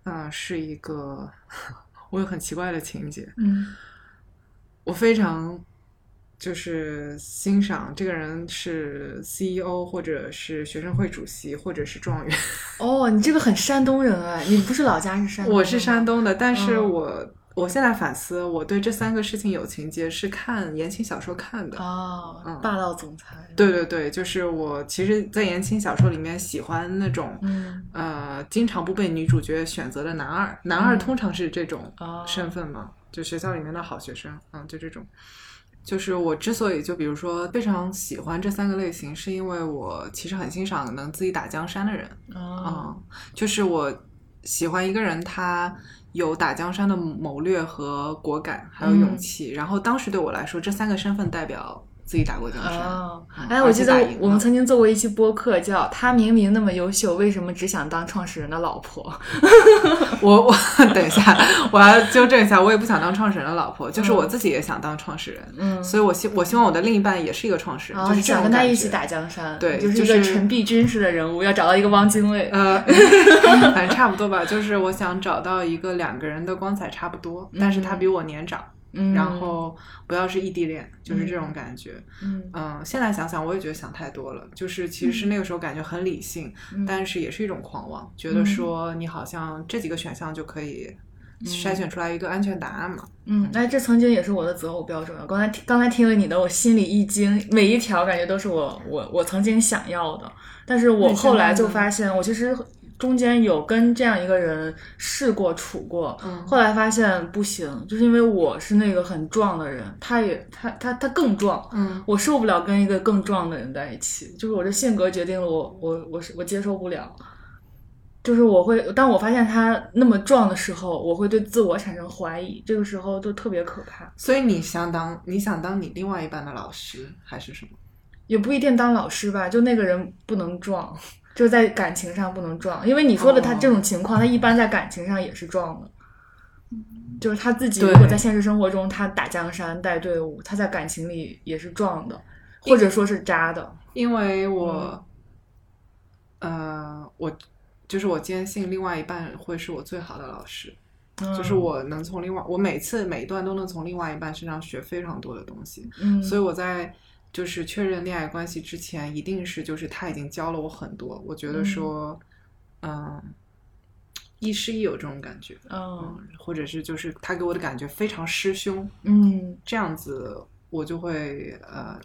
Speaker 1: 嗯、是一个 我有很奇怪的情节，
Speaker 2: 嗯
Speaker 1: 我非常就是欣赏这个人是 CEO 或者是学生会主席或者是状元。
Speaker 2: 哦，你这个很山东人哎，你不是老家是山东？
Speaker 1: 我是山，东的，但是
Speaker 2: 嗯
Speaker 1: 我、我现在反思，我对这三个事情有情节是看言情小说看的。
Speaker 2: 哦，
Speaker 1: 嗯
Speaker 2: 霸道总裁。，
Speaker 1: 对对对，就是我其实，在言情小说里面喜欢那种，
Speaker 2: 嗯
Speaker 1: 呃，经常不被女主角选择的男二，男二
Speaker 2: 嗯
Speaker 1: 通常是这种
Speaker 2: 哦
Speaker 1: 身份嘛，就学校里面的好学生，嗯，就这种。就是我之所以就比如说非常喜欢这三个类型，是因为我其实很欣赏能自己打江山的人，
Speaker 2: 哦，
Speaker 1: 嗯，就是我喜欢一个人，他有打江山的谋略和果敢，还有
Speaker 2: 嗯
Speaker 1: 勇气。然后当时对我来说，这三个身份代表自己打过江山。
Speaker 2: 哦
Speaker 1: 嗯
Speaker 2: 哎，
Speaker 1: 而
Speaker 2: 我
Speaker 1: 且
Speaker 2: 记得
Speaker 1: 打赢
Speaker 2: 我们
Speaker 1: 了
Speaker 2: 曾经做过一期播客，叫“他明明那么优秀，为什么只想当创始人的老婆
Speaker 1: 我 我等一下，我要纠正一下，我也不想当创始人的老婆，就是我自己也想当创始人，”？
Speaker 2: 嗯，
Speaker 1: 所以我希我希望我的另一半也是一个创始人，
Speaker 2: 然后
Speaker 1: 就是哦这
Speaker 2: 你想
Speaker 1: 种
Speaker 2: 跟他
Speaker 1: 感
Speaker 2: 一起
Speaker 1: 觉
Speaker 2: 打江山，
Speaker 1: 对
Speaker 2: 就是一
Speaker 1: 就
Speaker 2: 个
Speaker 1: 是
Speaker 2: 陈璧真式的人物，要找到一个汪精卫。
Speaker 1: 呃， 反正差不多吧，就是我想找到一个两个人的光彩差不多，但是他比我年长，
Speaker 2: 嗯，
Speaker 1: 然后不要是异地恋，就是这种感觉。
Speaker 2: 嗯，
Speaker 1: 嗯，现在想想，我也觉得想太多了。就是其实是那个时候感觉很理性，
Speaker 2: 嗯
Speaker 1: 但是也是一种狂妄，觉得说你好像这几个选项就可以筛选出来一个安全答案嘛。
Speaker 2: 嗯，哎，这曾经也是我的择偶标准。刚才听刚才听了你的，我心里一惊，每一条感觉都是我我我曾经想要的。但是我后来就发现，我其实中间有跟这样一个人试过处过，
Speaker 1: 嗯
Speaker 2: 后来发现不行，就是因为我是那个很壮的人，他也他他他更壮，
Speaker 1: 嗯
Speaker 2: 我受不了跟一个更壮的人在一起，就是我这性格决定了我我我是我接受不了，就是我会当我发现他那么壮的时候，我会对自我产生怀疑，这个时候就特别可怕，
Speaker 1: 所以你想当你想当你另外一半的老师还是什么？
Speaker 2: 也不一定当老师吧，就那个人不能壮，就在感情上不能壮，因为你说的他
Speaker 1: 哦
Speaker 2: 这种情况，他一般在感情上也是壮的。
Speaker 1: 嗯
Speaker 2: 就是他自己，
Speaker 1: 对
Speaker 2: 如果在现实生活中他打江山带队伍，他在感情里也是壮的，或者说是渣的。
Speaker 1: 因为我，
Speaker 2: 嗯
Speaker 1: 呃，我就是我坚信另外一半会是我最好的老师，就是
Speaker 2: 嗯，
Speaker 1: 我能从另外我每次每一段都能从另外一半身上学非常多的东西。
Speaker 2: 嗯，
Speaker 1: 所以我在就是确认恋爱关系之前，一定是就是他已经教了我很多，我觉得说，嗯，亦师亦友这种感觉，
Speaker 2: 嗯，
Speaker 1: 或者是就是他给我的感觉非常师兄，
Speaker 2: 嗯，
Speaker 1: 这样子我就会呃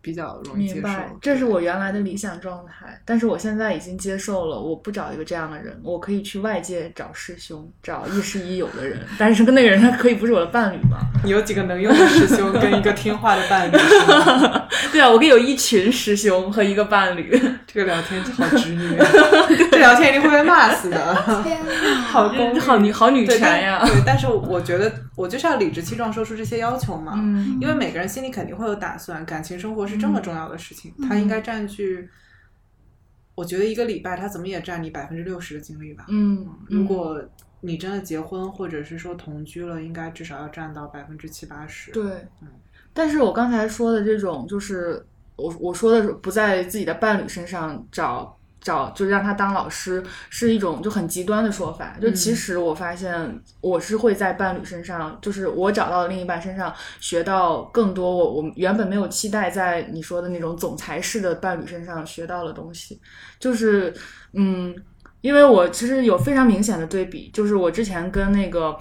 Speaker 1: 比较容易接
Speaker 2: 明
Speaker 1: 受
Speaker 2: 白，。这是
Speaker 1: 对
Speaker 2: 我原来的理想状态，但是我现在已经接受了，我不找一个这样的人，我可以去外界找师兄，找亦师亦友的人， 但是跟那个人他可以不是我的伴侣嘛？
Speaker 1: 有几个能用的师兄跟一个听话的伴侣，是吗
Speaker 2: 对啊，我可以有一群师兄和一个伴侣，
Speaker 1: 这个聊天好直女，这聊天一定会被骂死的。
Speaker 3: 天哪！
Speaker 1: 好公
Speaker 2: 好女好女
Speaker 1: 对，
Speaker 2: 权
Speaker 1: 但
Speaker 2: 呀。
Speaker 1: 对，但是我觉得我就是要理直气壮说出这些要求嘛。
Speaker 2: 嗯
Speaker 1: 因为每个人心里肯定会有打算，感情生活是这么重要的事情，
Speaker 3: 嗯
Speaker 1: 它应该占据，我觉得一个礼拜它怎么也占你百分之六十的精力吧。
Speaker 2: 嗯，
Speaker 1: 如果你真的结婚或者是说同居了，应该至少要占到百分之七八十。
Speaker 2: 对
Speaker 1: 嗯，
Speaker 2: 但是我刚才说的这种，就是我我说的是不在自己的伴侣身上找找，就是让他当老师，是一种就很极端的说法。就其实我发现我是会在伴侣身上，就是我找到的另一半身上学到更多我我原本没有期待在你说的那种总裁式的伴侣身上学到的东西，就是嗯。因为我其实有非常明显的对比，就是我之前跟那个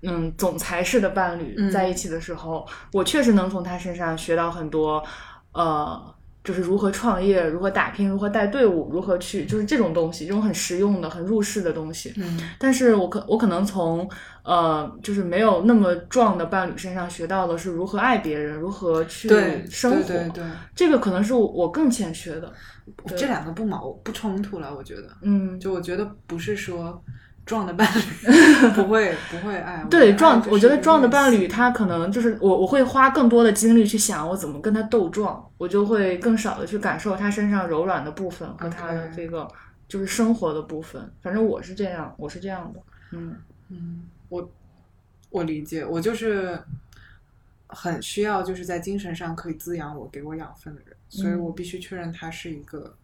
Speaker 2: 嗯总裁式的伴侣
Speaker 1: 嗯
Speaker 2: 在一起的时候，我确实能从他身上学到很多呃就是如何创业、如何打拼、如何带队伍、如何去，就是这种东西，这种很实用的、很入世的东西。
Speaker 1: 嗯，
Speaker 2: 但是我可我可能从呃，就是没有那么壮的伴侣身上学到的是如何爱别人，如何去
Speaker 1: 对，
Speaker 2: 生活。
Speaker 1: 对对对
Speaker 2: 这个可能是我更欠缺的。
Speaker 1: 对，这两个不矛不冲突了，我觉得。
Speaker 2: 嗯，
Speaker 1: 就我觉得不是说壮的伴侣 不会不会爱，
Speaker 2: 对，壮，
Speaker 1: 我
Speaker 2: 我
Speaker 1: 觉
Speaker 2: 觉
Speaker 1: 得爱只
Speaker 2: 得
Speaker 1: 是
Speaker 2: 壮的伴
Speaker 1: 练
Speaker 2: 侣，
Speaker 1: 习，
Speaker 2: 他可能就是我，我会花更多的精力去想我怎么跟他斗壮，我就会更少的去感受他身上柔软的部分和他的
Speaker 1: OK
Speaker 2: 这个就是生活的部分。反正我是这样，我是这样的。嗯
Speaker 1: 嗯，我我理解，我就是很需要就是在精神上可以滋养我、给我养分的人，所以
Speaker 2: 嗯
Speaker 1: 我必须确认他是一个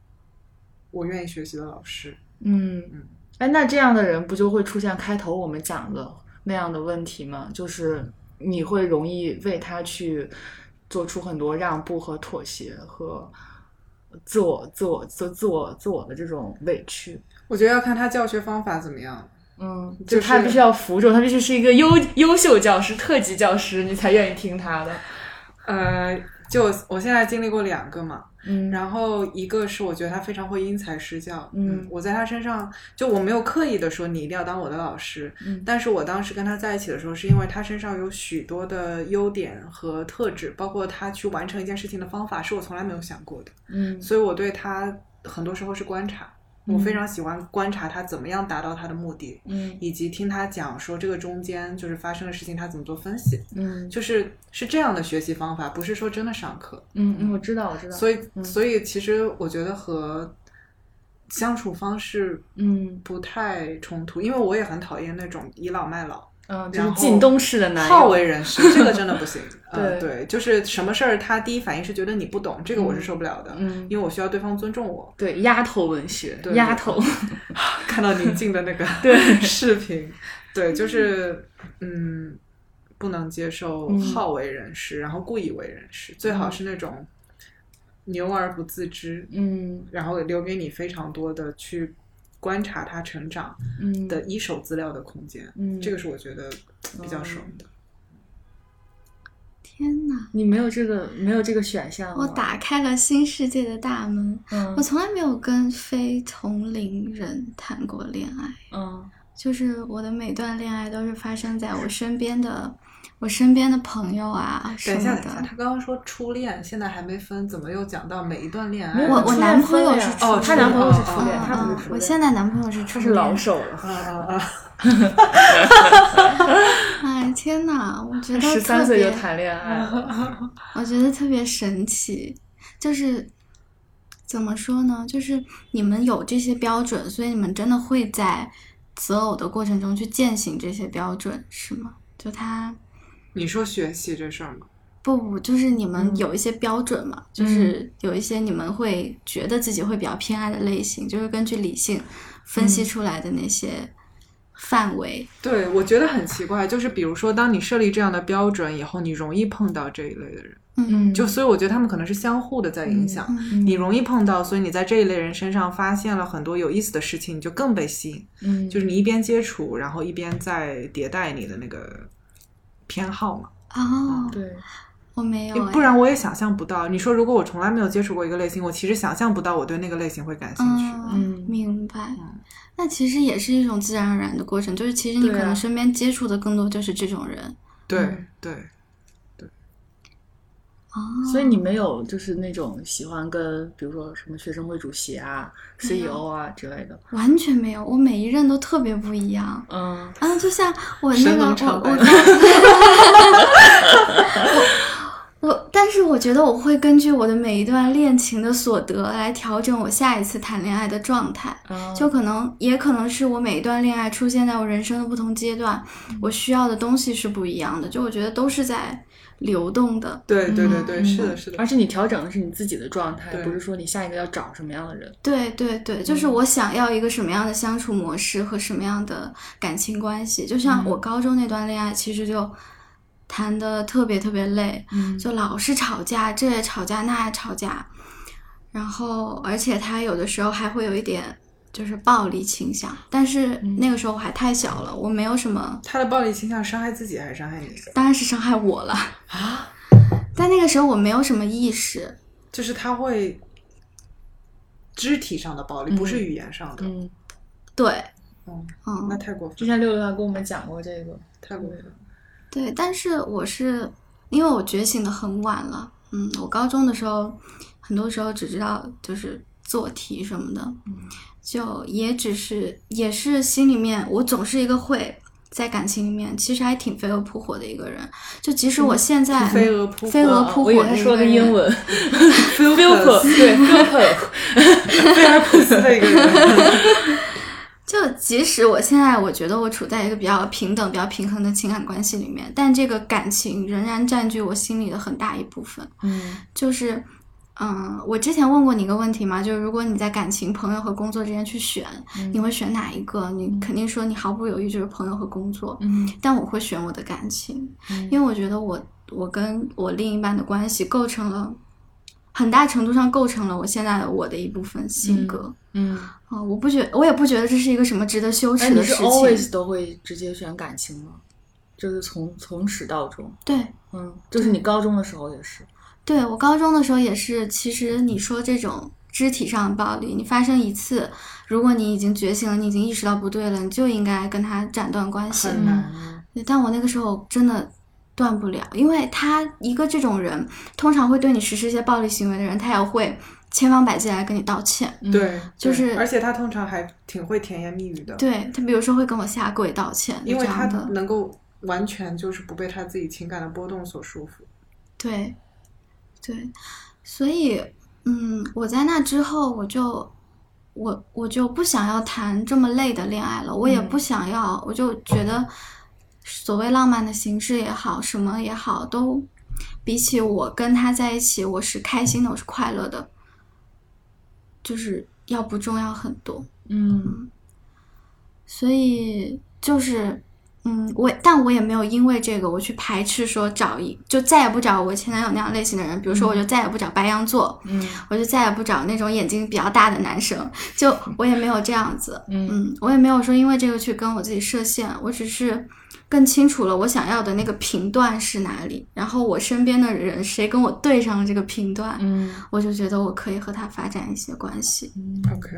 Speaker 1: 我愿意学习的老师。
Speaker 2: 嗯
Speaker 1: 嗯，
Speaker 2: 哎，那这样的人不就会出现开头我们讲的那样的问题吗？就是你会容易为他去做出很多让步和妥协和自我、自我、自自我、自我的这种委屈。
Speaker 1: 我觉得要看他教学方法怎么样。
Speaker 2: 嗯，
Speaker 1: 就
Speaker 2: 就他
Speaker 1: 是
Speaker 2: 必须要服众，他必须是一个优优秀教师、特级教师，你才愿意听他的。
Speaker 1: 呃，就我现在经历过两个嘛，
Speaker 2: 嗯
Speaker 1: 然后一个是我觉得他非常会因材施教，
Speaker 2: 嗯
Speaker 1: 我在他身上就我没有刻意的说你一定要当我的老师，
Speaker 2: 嗯
Speaker 1: 但是我当时跟他在一起的时候，是因为他身上有许多的优点和特质，包括他去完成一件事情的方法是我从来没有想过的，
Speaker 2: 嗯
Speaker 1: 所以我对他很多时候是观察，
Speaker 2: 嗯
Speaker 1: 我非常喜欢观察他怎么样达到他的目的，
Speaker 2: 嗯
Speaker 1: 以及听他讲说这个中间就是发生的事情他怎么做分析，
Speaker 2: 嗯
Speaker 1: 就是是这样的学习方法，不是说真的上课。
Speaker 2: 嗯嗯，我知道，我知道。
Speaker 1: 所以，
Speaker 2: 嗯
Speaker 1: 所以其实我觉得和相处方式
Speaker 2: 嗯
Speaker 1: 不太冲突，因为我也很讨厌那种倚老卖老、
Speaker 2: 嗯，就
Speaker 1: 然
Speaker 2: 是
Speaker 1: 后
Speaker 2: 靳东式的男
Speaker 1: 好
Speaker 2: 友。
Speaker 1: 为人师，这个真的不 行。呃，
Speaker 2: 对
Speaker 1: 对，就是什么事儿他第一反应是觉得你不懂，这个我是受不了的，
Speaker 2: 嗯，
Speaker 1: 因为我需要对方尊重我。
Speaker 2: 对，丫头文学，
Speaker 1: 对
Speaker 2: 丫头。
Speaker 1: 看到宁静的那个
Speaker 2: 对
Speaker 1: 视 频，对，就是嗯，不能接受
Speaker 2: 嗯
Speaker 1: 好为人师，然后故意为人师，最好
Speaker 2: 嗯
Speaker 1: 是那种牛而不自知，
Speaker 2: 嗯
Speaker 1: 然后留给你非常多的去观察他成长
Speaker 2: 嗯
Speaker 1: 的一手资料的空间。
Speaker 2: 嗯，
Speaker 1: 这个是我觉得比较爽的。
Speaker 3: 天哪！
Speaker 2: 你没有这个没有这个选项
Speaker 1: 嗯
Speaker 2: 吗。
Speaker 3: 我打开了新世界的大门。
Speaker 2: 嗯
Speaker 3: 我从来没有跟非同龄人谈过恋爱，
Speaker 2: 嗯
Speaker 3: 就是我的每段恋爱都是发生在我身边的，我身边的朋友啊什
Speaker 1: 等一下，
Speaker 3: 么
Speaker 1: 等一下，
Speaker 3: 的
Speaker 1: 他。刚刚说初恋，现在还没分，怎么又讲到每一段恋
Speaker 2: 没
Speaker 1: 爱？啊
Speaker 2: 有
Speaker 3: 我
Speaker 2: 初
Speaker 3: 我
Speaker 2: 恋
Speaker 3: 男朋友
Speaker 2: 分了
Speaker 3: 是
Speaker 2: 呀
Speaker 3: 初
Speaker 2: 哦，她男朋友是初
Speaker 1: 哦
Speaker 2: 恋，
Speaker 1: 哦
Speaker 2: 她不是
Speaker 3: 嗯
Speaker 2: 初
Speaker 3: 嗯，
Speaker 2: 恋。
Speaker 3: 我现在男朋友是初
Speaker 2: 她
Speaker 3: 恋。
Speaker 2: 是老手了，
Speaker 1: 啊啊啊！
Speaker 3: 哎天哪，我觉得
Speaker 2: 十三
Speaker 3: 特
Speaker 2: 岁就
Speaker 3: 别
Speaker 2: 谈恋爱 了。
Speaker 3: 我觉得特别神奇，就是怎么说呢？就是你们有这些标准，所以你们真的会在择偶的过程中去践行这些标准，是吗？就他
Speaker 1: 你说学习这事儿吗？
Speaker 3: 不不，就是你们
Speaker 2: 嗯
Speaker 3: 有一些标准嘛，就是有一些你们会觉得自己会比较偏爱的类型，就是根据理性分析
Speaker 2: 嗯
Speaker 3: 出来的那些范围。
Speaker 1: 对，我觉得很奇怪，就是比如说，当你设立这样的标准以后，你容易碰到这一类的人，
Speaker 2: 嗯，
Speaker 1: 就所以我觉得他们可能是相互的在影响。
Speaker 3: 嗯
Speaker 1: 你容易碰到，所以你在这一类人身上发现了很多有意思的事情，你就更被吸引。
Speaker 2: 嗯
Speaker 1: 就是你一边接触，然后一边在迭代你的那个偏好嘛。
Speaker 3: 哦，
Speaker 2: 对，
Speaker 3: 我没有、
Speaker 1: 因为
Speaker 3: 哎，
Speaker 1: 不然我也想象不到。你说如果我从来没有接触过一个类型，我其实想象不到我对那个类型会感兴趣。
Speaker 2: 嗯
Speaker 3: 哦明白
Speaker 1: 嗯。
Speaker 3: 那其实也是一种自然而然的过程，就是其实你
Speaker 2: 对啊
Speaker 3: 可能身边接触的更多就是这种人
Speaker 1: 对
Speaker 2: 嗯
Speaker 1: 对，
Speaker 3: 哦，
Speaker 2: 所以你
Speaker 1: 嗯
Speaker 2: 没有就是那种喜欢跟，比如说什么学生会主席啊、
Speaker 3: 没有
Speaker 2: CEO 啊之类的。
Speaker 3: 哦完全没有，我每一任都特别不一样。
Speaker 2: 嗯
Speaker 3: 啊，就像我那
Speaker 1: 神
Speaker 3: 个
Speaker 1: 农
Speaker 3: 我
Speaker 1: 尝
Speaker 3: 我
Speaker 1: 百
Speaker 3: 在 我我，但是我觉得我会根据我的每一段恋情的所得来调整我下一次谈恋爱的状态。
Speaker 2: 嗯
Speaker 3: 就可能也可能是我每一段恋爱出现在我人生的不同阶段，
Speaker 2: 嗯
Speaker 3: 我需要的东西是不一样的。就我觉得都是在流动的，
Speaker 1: 对对对
Speaker 2: 嗯
Speaker 1: 对，是的，是的
Speaker 2: 而。且你调整的是你自己的状态，
Speaker 1: 对
Speaker 2: 不是说你下一个要找什么样的人。
Speaker 3: 对对对，就是
Speaker 2: 嗯
Speaker 3: 我想要一个什么样的相处模式和什么样的感情关系。就
Speaker 2: 嗯
Speaker 3: 像我高中那段恋爱，其实就谈的特别特别累，
Speaker 2: 嗯
Speaker 3: 就老是吵架，这也吵架那也吵架，然后而且他有的时候还会有一点就是暴力倾向，但是
Speaker 2: 嗯
Speaker 3: 那个时候我还太小了，我没有什么，
Speaker 1: 他的暴力倾向伤害自己还是伤害你？
Speaker 3: 当然是伤害我了啊。但那个时候我没有什么意识，
Speaker 1: 就是他会肢体上的暴力，不是语言上的。
Speaker 2: 嗯，
Speaker 3: 对，
Speaker 1: 嗯，
Speaker 3: 嗯
Speaker 1: 那，太过
Speaker 2: 之
Speaker 1: 分，
Speaker 2: 前六六他跟我们讲过这个，
Speaker 1: 太过分了。
Speaker 3: 对，但是我是因为我觉醒的很晚了，嗯，我高中的时候，很多时候只知道就是做题什么的，就也只是也是心里面，我总是一个会在感情里面其实还挺飞蛾扑火的一个人，就即使我现在、
Speaker 1: 飞蛾扑火
Speaker 3: 飞蛾扑
Speaker 2: 我
Speaker 3: 火
Speaker 2: 以为
Speaker 3: 的
Speaker 2: 他
Speaker 3: 一
Speaker 2: 说
Speaker 3: 个
Speaker 2: 的英
Speaker 3: 人
Speaker 2: 文 f i l p u p 对 f i l p u
Speaker 1: 非而不思的一个人，
Speaker 3: 就即使我现在我觉得我处在一个比较平等、比较平衡的情感关系里面，但这个感情仍然占据我心里的很大一部分。
Speaker 2: 嗯，
Speaker 3: 就是，嗯，我之前问过你一个问题嘛，就是如果你在感情、朋友和工作之间去选，
Speaker 2: 嗯
Speaker 3: 你会选哪一个？你肯定说你毫不犹豫就是朋友和工作，
Speaker 2: 嗯，
Speaker 3: 但我会选我的感情，
Speaker 2: 嗯
Speaker 3: 因为我觉得我我跟我另一半的关系构成了很大程度上构成了我现在的我的一部分性格。
Speaker 2: 嗯，
Speaker 3: 啊、我不觉，我也不觉得这是一个什么值得羞
Speaker 2: 哎，
Speaker 3: 耻
Speaker 2: 你
Speaker 3: 的
Speaker 2: 是
Speaker 3: 事情。
Speaker 2: always 都会直接选感情吗？就是从从始到终，
Speaker 3: 对
Speaker 2: 嗯，就是你高中的时候也是，
Speaker 3: 对，我高中的时候也是，其实你说这种肢体上的暴力，你发生一次，如果你已经觉醒了，你已经意识到不对了，你就应该跟他斩断关系。
Speaker 1: 很难。
Speaker 3: 但我那个时候真的断不了，因为他一个这种人，通常会对你实施一些暴力行为的人，他也会千方百计来跟你道歉。
Speaker 2: 嗯
Speaker 1: 对，
Speaker 3: 就是
Speaker 1: 对而且他通常还挺会甜言蜜语的，
Speaker 3: 对他，比如说会跟我下跪道歉，
Speaker 1: 因为
Speaker 3: 这
Speaker 1: 他
Speaker 3: 样的。
Speaker 1: 能够完全就是不被他自己情感的波动所束缚。
Speaker 3: 对，对，所以，嗯，我在那之后，我就，我我就不想要谈这么累的恋爱了，我也不想要，我就觉得，所谓浪漫的形式也好，什么也好，都比起我跟他在一起，我是开心的，我是快乐的，就是要不重要很多。
Speaker 2: 嗯
Speaker 3: 所以就是，嗯，我但我也没有因为这个我去排斥说找一就再也不找我前男友那样类型的人，比如说我就再也不找白羊座，
Speaker 2: 嗯
Speaker 3: 我就再也不找那种眼睛比较大的男生，就我也没有这样子，
Speaker 2: 嗯
Speaker 3: 嗯，我也没有说因为这个去跟我自己设限，我只是更清楚了我想要的那个频段是哪里，然后我身边的人谁跟我对上了这个频段，
Speaker 2: 嗯
Speaker 3: 我就觉得我可以和他发展一些关系，
Speaker 1: OK，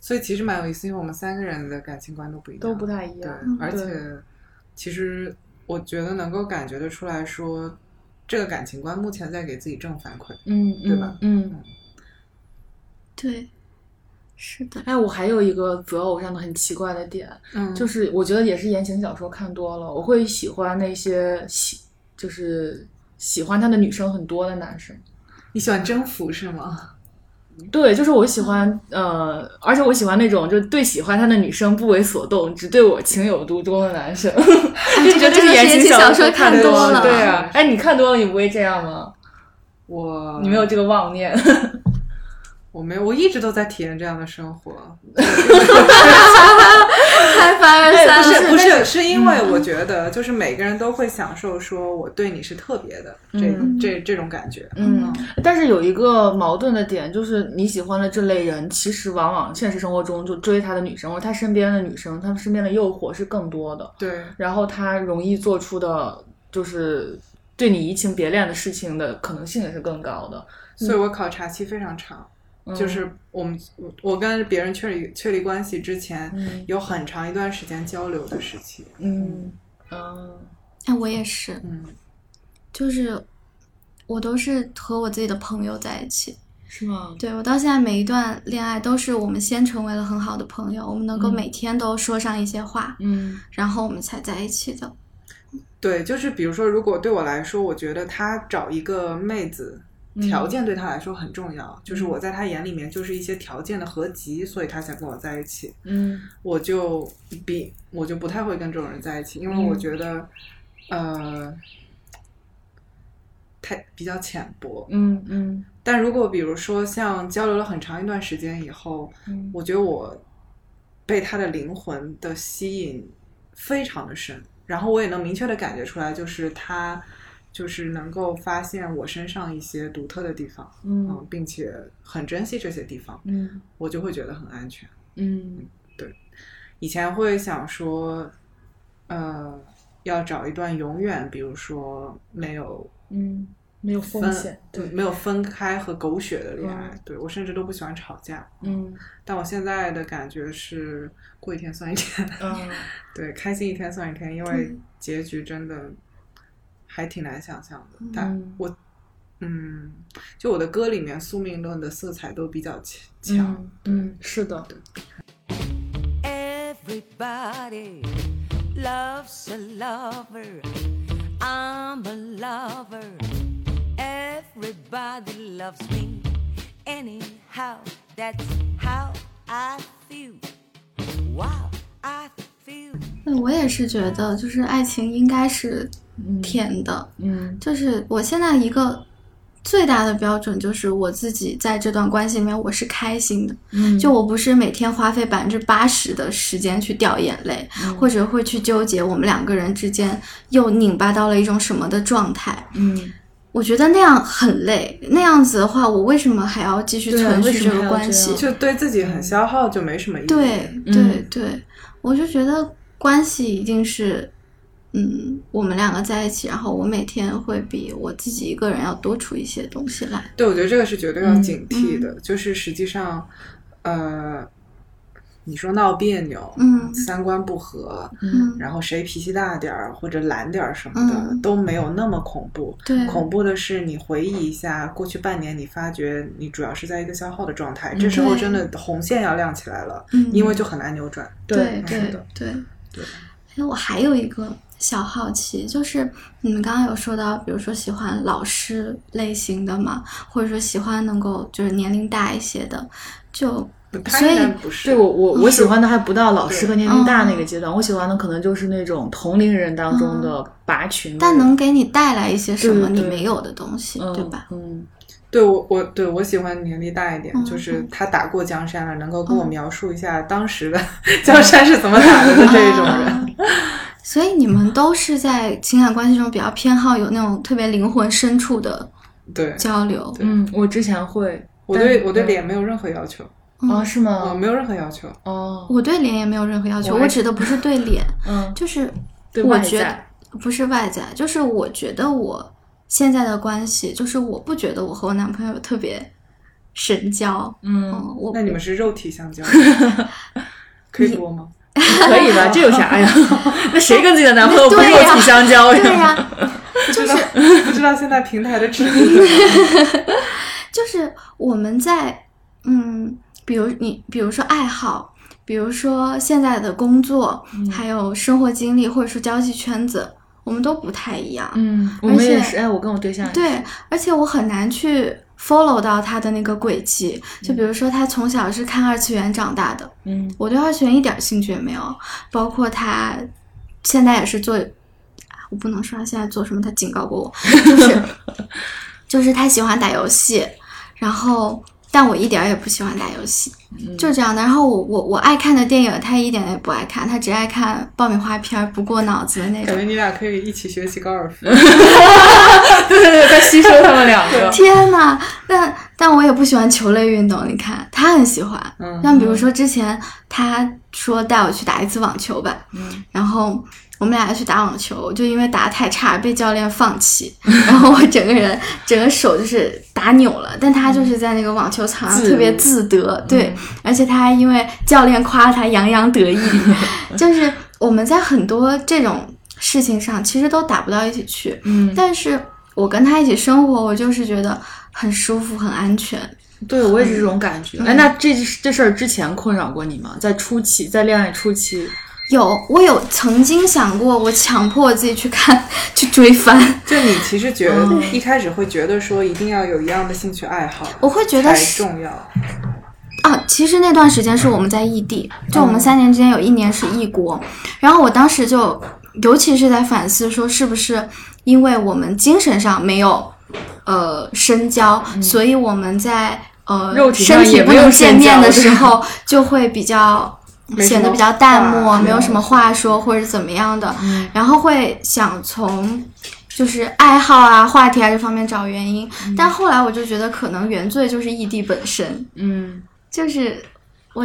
Speaker 1: 所以其实蛮有意思，因为我们三个人的感情观都不一样，
Speaker 2: 都不太一
Speaker 1: 对
Speaker 2: 样，，
Speaker 1: 而
Speaker 2: 对
Speaker 1: 且其实我觉得能够感觉得出来说，这个感情观目前在给自己正反馈。
Speaker 2: 嗯嗯
Speaker 1: 对吧
Speaker 2: 嗯，
Speaker 3: 对，是的，
Speaker 2: 哎，我还有一个择偶上的很奇怪的点，
Speaker 1: 嗯
Speaker 2: 就是是我觉得也是言情小说看多了，我会喜欢那些喜就是喜欢他的女生很多的男生。
Speaker 1: 你喜欢征服是吗？
Speaker 2: 对，就是我喜欢，呃，而且我喜欢那种就是对喜欢他的女生不为所动，只对我情有独钟的男生， 就觉得
Speaker 3: 这个真
Speaker 2: 是
Speaker 3: 的
Speaker 2: 言
Speaker 3: 是言
Speaker 2: 情
Speaker 3: 情小
Speaker 2: 说
Speaker 3: 说看
Speaker 2: 多
Speaker 1: 多了
Speaker 2: 对啊，
Speaker 1: 是
Speaker 2: 哎，你看多了，你不会这样吗？
Speaker 1: 我
Speaker 2: 你没有这个妄念，
Speaker 1: 我没有，我一直都在体验这样的生活。
Speaker 2: 嗯
Speaker 3: 太 凡
Speaker 2: 哎
Speaker 3: 尔
Speaker 1: 不
Speaker 3: 赛了，
Speaker 1: 是不是，是因
Speaker 2: 嗯
Speaker 1: 为我觉得就是每个人都会享受说我对你是特别的这
Speaker 2: 嗯
Speaker 1: 这这种感觉。
Speaker 2: 嗯，但是有一个矛盾的点，就是你喜欢的这类人，其实往往现实生活中就追他的女生，或者他身边的女生，他们身边的诱惑是更多的，
Speaker 1: 对，
Speaker 2: 然后他容易做出的就是对你移情别恋的事情的可能性也是更高的。
Speaker 1: 所以我考察期非常长。
Speaker 2: 嗯
Speaker 1: 就是我们我我跟别人确立确立关系之前，
Speaker 2: 嗯
Speaker 1: 有很长一段时间交流的时期。
Speaker 2: 嗯嗯
Speaker 3: 哎，我也是，
Speaker 1: 嗯，
Speaker 3: 就是我都是和我自己的朋友在一起。
Speaker 2: 是吗？
Speaker 3: 对我到现在每一段恋爱都是我们先成为了很好的朋友，我们能够
Speaker 2: 嗯
Speaker 3: 每天都说上一些话，
Speaker 2: 嗯
Speaker 3: 然后我们才在一起的。
Speaker 1: 对，就是比如说，如果对我来说，我觉得他找一个妹子，
Speaker 2: 嗯
Speaker 1: 条件对他来说很重要，就是我在他眼里面就是一些条件的合集，所以他才跟我在一起。
Speaker 2: 嗯
Speaker 1: 我就比我就不太会跟这种人在一起，因为我觉得，呃，太比较浅薄。
Speaker 2: 嗯嗯
Speaker 1: 但如果比如说像交流了很长一段时间以后，
Speaker 2: 嗯
Speaker 1: 我觉得我被他的灵魂的吸引非常的深，然后我也能明确的感觉出来，就是他就是能够发现我身上一些独特的地方，
Speaker 2: 嗯
Speaker 1: 嗯，并且很珍惜这些地方，
Speaker 2: 嗯
Speaker 1: 我就会觉得很安全。
Speaker 2: 嗯
Speaker 1: 以前会想说，呃，要找一段永远，比如说没有
Speaker 2: 嗯没有风险
Speaker 1: 分，
Speaker 2: 对，
Speaker 1: 没有分开和狗血的恋爱。对我甚至都不喜欢吵架，
Speaker 2: 嗯
Speaker 1: 但我现在的感觉是过一天算一天，
Speaker 2: 嗯，
Speaker 1: 对，开心一天算一天，因为结局真的还挺难想象的。但我，嗯，就我的歌里面宿命论的色彩都比较强，强
Speaker 2: 嗯嗯，是的，
Speaker 5: Everybody loves a lover. I'm a lover. Everybody loves me. Anyhow, that's how I feel. Wow, I feel.
Speaker 3: 那我也是觉得，就是爱情应该是甜的。
Speaker 2: 嗯
Speaker 3: 就是我现在一个最大的标准，就是我自己在这段关系里面我是开心的。
Speaker 2: 嗯，
Speaker 3: 就我不是每天花费百分之八十的时间去掉眼泪，或者会去纠结我们两个人之间又拧巴到了一种什么的状态。
Speaker 2: 嗯
Speaker 3: 我觉得那样很累，那样子的话，我为什么还要继续
Speaker 2: 对啊
Speaker 3: 存
Speaker 2: 为
Speaker 3: 续
Speaker 2: 什么
Speaker 3: 这
Speaker 2: 还
Speaker 3: 个
Speaker 2: 要
Speaker 3: 关
Speaker 2: 这
Speaker 3: 系
Speaker 2: 样？
Speaker 1: 就对自己很消耗，就没什么意义。
Speaker 3: 对
Speaker 2: 嗯
Speaker 3: 对对，我就觉得关系一定是，嗯，我们两个在一起，然后我每天会比我自己一个人要多出一些东西
Speaker 2: 嗯
Speaker 3: 来。
Speaker 1: 对，我觉得这个是绝对要
Speaker 3: 嗯
Speaker 1: 警惕的。就是实际上，呃，你说闹别扭，
Speaker 3: 嗯
Speaker 1: 三观不合，
Speaker 3: 嗯，
Speaker 1: 然后谁脾气大点儿或者懒点儿什么的、
Speaker 3: 嗯
Speaker 1: 都没有那么恐怖。
Speaker 3: 对
Speaker 1: 恐怖的是你回忆一下过去半年，你发觉你主要是在一个消耗的状态，这时候
Speaker 3: 嗯对
Speaker 1: 真的红线要亮起来了，
Speaker 3: 嗯
Speaker 1: 因为就很难扭转。
Speaker 3: 对
Speaker 2: 是
Speaker 3: 对
Speaker 2: 的，
Speaker 3: 对。
Speaker 1: 嗯对，
Speaker 3: 哎，我还有一个小好奇，就是你们刚刚有说到，比如说喜欢老师类型的嘛，或者说喜欢能够就是年龄大一些的，就
Speaker 1: 他
Speaker 3: 所以
Speaker 1: 应该不是
Speaker 2: 对我我我喜欢的还不到老师和年龄大
Speaker 3: 嗯
Speaker 2: 那个阶段，我喜欢的可能就是那种同龄人当中的拔群的人，
Speaker 3: 嗯但能给你带来一些什么
Speaker 2: 对
Speaker 3: 你
Speaker 2: 对
Speaker 3: 没有的东西，
Speaker 2: 嗯
Speaker 3: 对吧？？
Speaker 2: 嗯
Speaker 1: 对我我对我喜欢年龄大一点，
Speaker 3: 嗯
Speaker 1: 就是他打过江山了，能够跟我描述一下当时的江山是怎么打的的这种人。
Speaker 3: 啊所以你们都是在情感关系中比较偏好有那种特别灵魂深处的
Speaker 1: 对，
Speaker 3: 交流，
Speaker 1: 对
Speaker 2: 嗯，我之前会，
Speaker 1: 我
Speaker 2: 但
Speaker 1: 对我对
Speaker 2: 嗯
Speaker 1: 脸没有任何要求，
Speaker 2: 哦是
Speaker 1: 我
Speaker 2: 吗？
Speaker 1: 没有任何要求。
Speaker 2: 哦，
Speaker 3: 嗯我对脸也没有任何要求，
Speaker 2: 我
Speaker 3: 我
Speaker 2: 还
Speaker 3: 指的不是对脸，
Speaker 2: 嗯，
Speaker 3: 就是
Speaker 2: 对
Speaker 3: 我
Speaker 2: 外
Speaker 3: 觉得
Speaker 2: 在，
Speaker 3: 不是外在，就是我觉得我现在的关系，就是我不觉得我和我男朋友特别神交。
Speaker 2: 嗯，
Speaker 3: 嗯，我
Speaker 1: 那你们是肉体相交， 可以多吗？
Speaker 2: 可以吧？这有啥呀？ 那谁跟自己的男朋友不
Speaker 3: 对
Speaker 2: 肉
Speaker 3: 呀
Speaker 2: 体相交
Speaker 3: 对呀、
Speaker 2: 呀？
Speaker 1: 不知道不知道现在平台的尺度是什么。
Speaker 3: 就是我们在嗯，比如你，比如说爱好，比如说现在的工作，
Speaker 2: 嗯
Speaker 3: 还有生活经历，或者说交际圈子，我们都不太一样。
Speaker 2: 嗯，我
Speaker 3: 而
Speaker 2: 们也
Speaker 3: 且
Speaker 2: 是，哎，我跟我对象也
Speaker 3: 对
Speaker 2: 是，，
Speaker 3: 而且我很难去 follow 到他的那个轨迹。就比如说，他从小是看二次元长大的，
Speaker 2: 嗯
Speaker 3: 我对二次元一点兴趣也没有，包括他现在也是做，我不能说他现在做什么，他警告过我， 就是就是他喜欢打游戏，然后但我一点儿也不喜欢打游戏，
Speaker 1: 嗯
Speaker 3: 就这样的。然后我我我爱看的电影，他一点也不爱看，他只爱看爆米花片儿，不过脑子的那
Speaker 1: 感
Speaker 3: 种，
Speaker 1: 觉。你俩可以一起学习高尔夫。
Speaker 2: 对对对，在吸收他们两个
Speaker 3: 天呐，但但我也不喜欢球类运动，你看他很喜欢。
Speaker 1: 嗯
Speaker 3: 像比如说之前他说带我去打一次网球吧，
Speaker 2: 嗯
Speaker 3: 然后我们俩去打网球，就因为打得太差被教练放弃，然后我整个人 整个手就是打扭了，但他就是在那个网球场上
Speaker 2: 自
Speaker 3: 特别
Speaker 2: 如嗯
Speaker 3: 自得，对，而且他还因为教练夸他洋洋 得意，就是我们在很多这种事情上其实都打不到一起去，
Speaker 2: 嗯，
Speaker 3: 但是我跟他一起生活，我就是觉得很舒服、很安全。
Speaker 2: 对我也是这种感觉。
Speaker 3: 嗯
Speaker 2: 哎，那这这事儿之前困扰过你吗？在初期，在恋爱初期，
Speaker 3: 有，我有曾经想过，我强迫自己去看、去追番，
Speaker 1: 就你其实觉得
Speaker 2: 嗯
Speaker 1: 一开始会觉得说一定要有一样的兴趣爱好，
Speaker 3: 我会觉得
Speaker 1: 才
Speaker 3: 是
Speaker 1: 重要。
Speaker 3: 啊。其实那段时间是我们在异地，就
Speaker 2: 哦
Speaker 3: 我们三年之间有一年是异国，然后我当时就，尤其是在反思说，是不是因为我们精神上没有呃深交，所以我们在呃
Speaker 2: 嗯肉体上
Speaker 3: 身体
Speaker 2: 也
Speaker 3: 不
Speaker 2: 没有
Speaker 3: 能
Speaker 2: 深
Speaker 3: 见面
Speaker 2: 交
Speaker 3: 的
Speaker 2: 对
Speaker 3: 时候，就会比较
Speaker 1: 没什
Speaker 3: 显得
Speaker 1: 么
Speaker 3: 比较淡
Speaker 1: 话
Speaker 3: 漠，没有
Speaker 1: 聊
Speaker 3: 什么话说或者怎么样的，
Speaker 2: 嗯
Speaker 3: 然后会想从就是爱好啊、话题啊这方面找原
Speaker 2: 嗯
Speaker 3: 因。但后来我就觉得，可能原罪就是异地本身，
Speaker 2: 嗯，
Speaker 3: 就是 我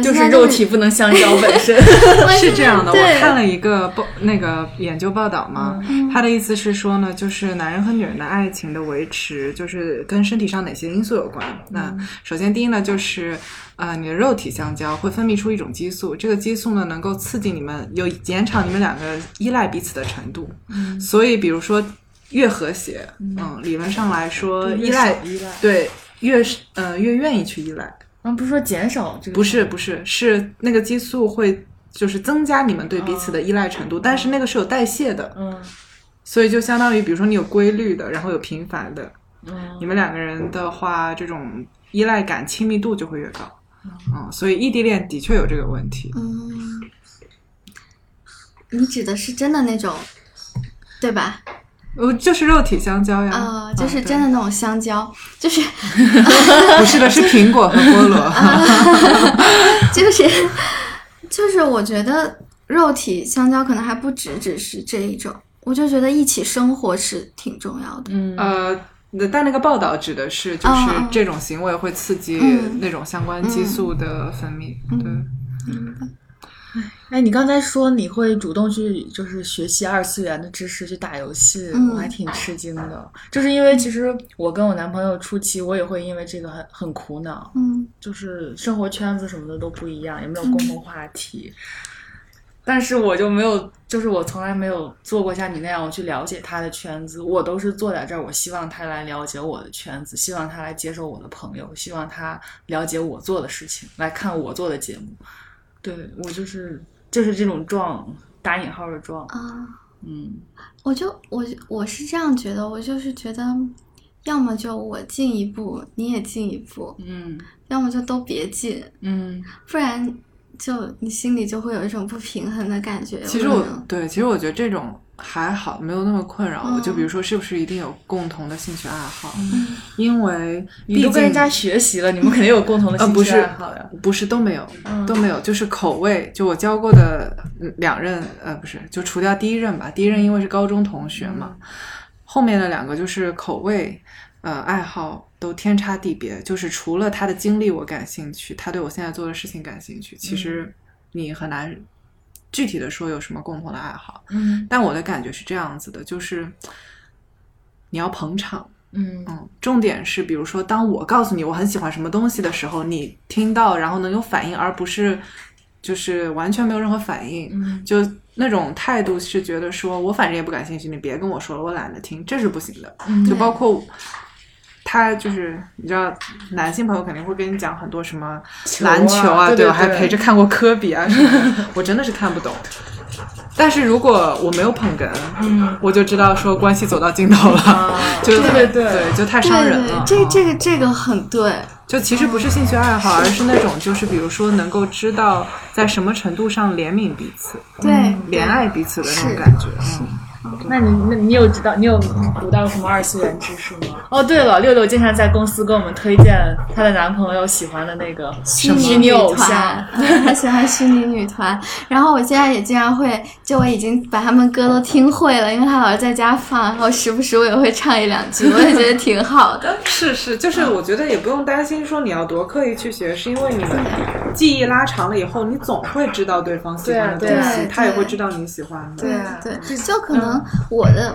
Speaker 2: 就
Speaker 3: 现
Speaker 2: 是
Speaker 3: 在
Speaker 2: 肉体不能相交本身。
Speaker 3: 我现
Speaker 1: 啊是
Speaker 3: 在
Speaker 1: 这样的，
Speaker 3: 对
Speaker 1: 我看了一个报那个研究报道嘛，他的意思是说呢，就是男人和女人的爱情的维持，就是跟身体上哪些因素有关。那首先第一呢，就是呃，你的肉体相交会分泌出一种激素，这个激素呢能够刺激你们，有减少你们两个依赖彼此的程度。所以比如说越和谐，嗯，理论上来说依赖
Speaker 2: 依赖，
Speaker 1: 对越是呃越愿意去依赖。
Speaker 2: 然后嗯不是说减少这个，
Speaker 1: 不是不是，是那个激素会就是增加你们对彼此的依赖程度，但是那个是有代谢的，
Speaker 2: 嗯
Speaker 1: 所以就相当于比如说你有规律的，然后有频繁的，
Speaker 2: 嗯
Speaker 1: 你们两个人的话，这种依赖感、亲密度就会越高。嗯，所以异地恋的确有这个问题。
Speaker 3: 嗯，你指的是真的那种，对吧？
Speaker 1: 呃，就是肉体相交呀，
Speaker 3: 呃，就
Speaker 1: 嗯
Speaker 3: 是
Speaker 1: 对
Speaker 3: 真的那种香蕉，就是
Speaker 1: 不是的，是苹果和菠萝。
Speaker 3: 就是 就是，我觉得肉体相交可能还不止只是这一种，我就觉得一起生活是挺重要的。
Speaker 2: 嗯
Speaker 1: 呃，但那个报道指的是，就是
Speaker 3: 哦哦
Speaker 1: 这种行为会刺激
Speaker 3: 嗯
Speaker 1: 那种相关激素的分泌。对。
Speaker 2: 哎，你刚才说你会主动去就是学习二次元的知识去打游戏，
Speaker 3: 嗯
Speaker 2: 我还挺吃惊的。就是因为其实我跟我男朋友初期，我也会因为这个很很苦恼，
Speaker 3: 嗯，
Speaker 2: 就是生活圈子什么的都不一样，也没
Speaker 1: 嗯
Speaker 2: 有共同话题。但是我就没有，就是我从来没有做过像你那样，我去了解他的圈子。我都是坐在这儿，我希望他来了解我的圈子，希望他来接受我的朋友，希望他了解我做的事情，来看我做的节目。对我就是就是这种壮，打引号的壮，
Speaker 3: 啊、
Speaker 2: 嗯
Speaker 3: 我就我我是这样觉得，我就是觉得，要么就我进一步，你也进一步，
Speaker 2: 嗯
Speaker 3: 要么就都别进，
Speaker 2: 嗯
Speaker 3: 不然就你心里就会有一种不平衡的感觉。
Speaker 1: 其实
Speaker 3: 有
Speaker 1: 我
Speaker 3: 可能
Speaker 1: 对，其实我觉得这种还好，没有那么困扰我。就
Speaker 3: 嗯
Speaker 1: 比如说，是不是一定有共同的兴趣爱好？
Speaker 2: 嗯，
Speaker 1: 因为毕
Speaker 2: 你都
Speaker 1: 竟
Speaker 2: 跟人家学习了，你们肯定有共同的
Speaker 1: 呃
Speaker 2: 兴
Speaker 1: 不
Speaker 2: 趣
Speaker 1: 是
Speaker 2: 爱好呀。
Speaker 1: 不是都没有、
Speaker 2: 嗯
Speaker 1: 都没有，就是口味。就我教过的嗯两任，呃，不是，就除掉第一任吧。第一任因为是高中同学嘛，
Speaker 2: 嗯
Speaker 1: 后面的两个就是口味，呃，爱好。都天差地别，就是除了他的经历我感兴趣，他对我现在做的事情感兴趣，其
Speaker 2: 嗯
Speaker 1: 实你很难具体的说有什么共同的爱好。
Speaker 2: 嗯
Speaker 1: 但我的感觉是这样子的，就是你要捧场，
Speaker 2: 嗯
Speaker 1: 嗯，重点是，比如说，当我告诉你我很喜欢什么东西的时候，你听到然后能有反应，而不是就是完全没有任何反应，
Speaker 2: 嗯
Speaker 1: 就那种态度是觉得说我反正也不感兴趣，你别跟我说了，我懒得听，这是不行的。
Speaker 2: 嗯
Speaker 1: 就包括。他就是你知道，男性朋友肯定会跟你讲很多什么
Speaker 2: 球
Speaker 1: 篮球
Speaker 2: 啊
Speaker 1: 啊，
Speaker 2: 对对
Speaker 1: 我还
Speaker 2: 对
Speaker 1: 陪着看过科比啊什么 的，我真的是看不懂。但是如果我没有捧哏，
Speaker 2: 嗯
Speaker 1: 我就知道说关系走到尽头了，
Speaker 2: 啊，
Speaker 1: 就
Speaker 2: 对对对
Speaker 1: 就太
Speaker 3: 对
Speaker 1: 伤人
Speaker 3: 对
Speaker 1: 了。，
Speaker 3: 这
Speaker 1: 嗯
Speaker 3: 这个这个很对，
Speaker 1: 就其实不是兴趣爱好，而是那种就是比如说能够知道在什么程度上怜悯彼此、
Speaker 3: 对，
Speaker 1: 怜爱彼此的那种
Speaker 3: 是
Speaker 1: 感觉。嗯
Speaker 2: 那你那你有知道你有读到什么二次元知识吗？哦，对了，六六经常在公司给我们推荐她的男朋友喜欢的那个
Speaker 3: 虚拟
Speaker 2: 虚
Speaker 3: 女
Speaker 2: 拟偶
Speaker 3: 团
Speaker 2: 像，，
Speaker 3: 嗯他喜欢虚拟女团。然后我现在也经常会，就我已经把他们歌都听会了，因为他老是在家放，然后时不时我也会唱一两句，我也觉得挺好的。
Speaker 1: 是是，就是我觉得也不用担心说你要多刻意去学，是因为你们记忆拉长了以后，你总会知道对方喜欢的
Speaker 2: 对
Speaker 1: 东
Speaker 3: 对
Speaker 1: 西，他也
Speaker 3: 对
Speaker 1: 会知道你喜欢的。
Speaker 2: 对啊
Speaker 3: 对，就可能我的。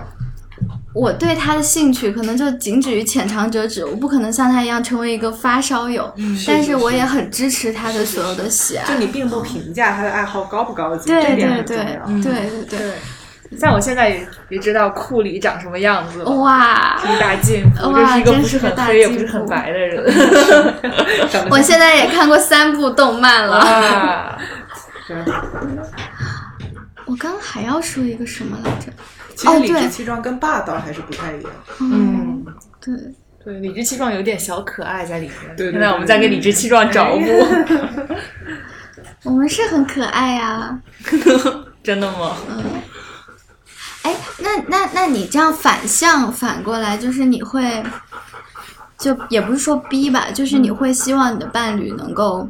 Speaker 3: 我对他的兴趣可能就仅止于浅尝辄止，我不可能像他一样成为一个发烧友，但是我也很支持他的所有的喜爱。
Speaker 1: 就你并不评价他的爱好高不高级，
Speaker 3: 对
Speaker 1: 这
Speaker 3: 对
Speaker 1: 点很
Speaker 3: 对
Speaker 1: 重要。
Speaker 3: 对对对，
Speaker 2: 像我现在也也知道库里长什么样子了。
Speaker 3: 哇！
Speaker 2: 是一大进步，
Speaker 3: 哦哇
Speaker 2: 这是一个
Speaker 3: 真
Speaker 2: 不
Speaker 3: 是个
Speaker 2: 很
Speaker 3: 大
Speaker 2: 黑也
Speaker 3: 进
Speaker 2: 不是很
Speaker 3: 步
Speaker 2: 白的 人。长得
Speaker 3: 我现在也看过三部动漫了。
Speaker 2: 嗯哇，
Speaker 3: 我刚刚还要说一个什么来着？
Speaker 1: 其实
Speaker 3: 哦
Speaker 1: 理直
Speaker 3: 对
Speaker 1: 气壮跟霸道还是不太一样。
Speaker 2: 嗯，
Speaker 3: 对，
Speaker 2: 对，理直气壮有点小可爱在里面。
Speaker 1: 对对
Speaker 2: 现在我
Speaker 1: 对
Speaker 2: 们在给理直气壮找 补，
Speaker 3: 我们是很可爱啊呀、
Speaker 2: 真的吗？
Speaker 3: 哎，那那那你这样反向反过来，就是你会，就也不是说逼吧，就是你会希望你的伴侣能够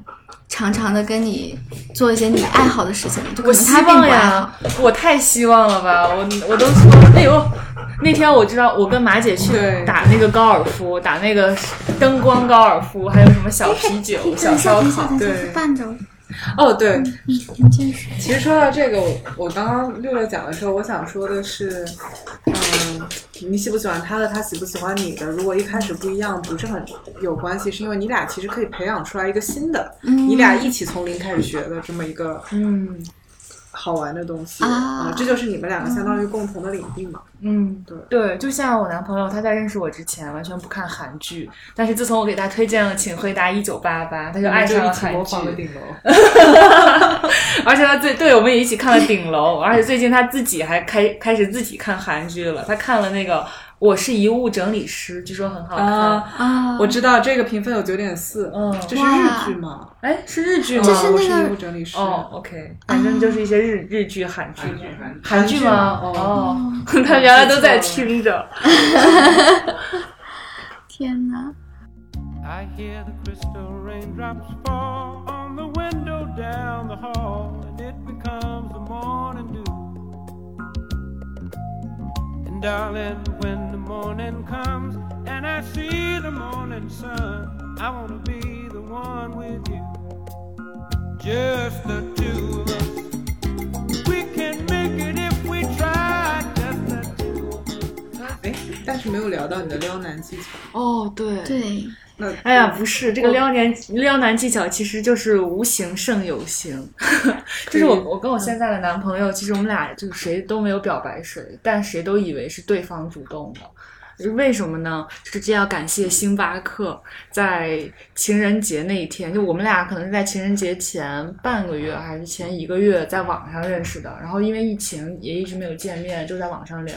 Speaker 3: 常常的跟你做一些你爱好的事情，就可
Speaker 2: 我
Speaker 3: 能
Speaker 2: 希
Speaker 3: 他并不
Speaker 2: 望
Speaker 3: 爱好
Speaker 2: 呀。，我太希望了吧！我我都说，哎呦，那天我知道，我跟马姐去
Speaker 1: 对
Speaker 2: 打那个高尔夫，打那个灯光高尔夫，还有什么小啤酒、小烧
Speaker 3: 等一下，
Speaker 2: 烤
Speaker 3: 等一下，等一，下，
Speaker 1: 对
Speaker 3: 伴着我。
Speaker 1: 哦，对，
Speaker 3: 你见识。
Speaker 1: 其实说到这个，我我刚刚六六讲的时候，我想说的是，嗯，你喜不喜欢他的，他喜不喜欢你的，如果一开始不一样，不是很有关系，是因为你俩其实可以培养出来一个新的，
Speaker 3: 嗯
Speaker 1: 你俩一起从零开始学的这么一个
Speaker 2: 嗯
Speaker 1: 好玩的东西
Speaker 3: 啊
Speaker 1: 这就是你们两个相当于共同的领地嘛。
Speaker 2: 嗯，
Speaker 1: 对
Speaker 2: 对，就像我男朋友，他在认识我之前完全不看韩剧，但是自从我给他推荐了《请回答一九八八》，他就爱上了
Speaker 1: 一起
Speaker 2: 韩
Speaker 1: 模
Speaker 2: 剧
Speaker 1: 仿。的顶楼，
Speaker 2: 而且他最对我们也一起看了《顶楼》，而且最近他自己还开开始自己看韩剧了。他看了那个《我是遗物整理师》，据说很好看。
Speaker 1: 啊，
Speaker 3: 啊，
Speaker 1: 我知道这个评分有九点四，
Speaker 2: 嗯，
Speaker 1: 这是日剧吗？
Speaker 2: 哎、是日剧吗？
Speaker 3: 这是
Speaker 1: 我
Speaker 3: 那
Speaker 1: 是
Speaker 3: 个
Speaker 1: 衣物整理师。
Speaker 2: 哦，OK，反正就是一些日日剧、韩剧、
Speaker 1: 韩
Speaker 2: 韩
Speaker 1: 剧
Speaker 2: 剧吗？
Speaker 1: 韩剧
Speaker 2: 哦， 他原来都在听着。
Speaker 3: 天哪！
Speaker 4: I hear the crystal raindrops fall on the window down the hall, and it becomes the morning dew. And darling, when the morning comes and I see the morning sun, I wanna be the one with you. Just the two of us. We can make it if we try. Just the two of us.
Speaker 1: 哎，但是没有聊到你的撩男技巧。
Speaker 2: 哦，对。
Speaker 3: 对，
Speaker 1: 那
Speaker 2: 哎呀，不是这个撩男撩男技巧，其实就是无形胜有形。 就是我我跟我现在的男朋友，其实我们俩就谁都没有表白谁，但谁都以为是对方主动的。为什么呢？就是这要感谢星巴克，在情人节那一天，就我们俩可能是在情人节前半个月还是前一个月在网上认识的，然后因为疫情也一直没有见面，就在网上聊，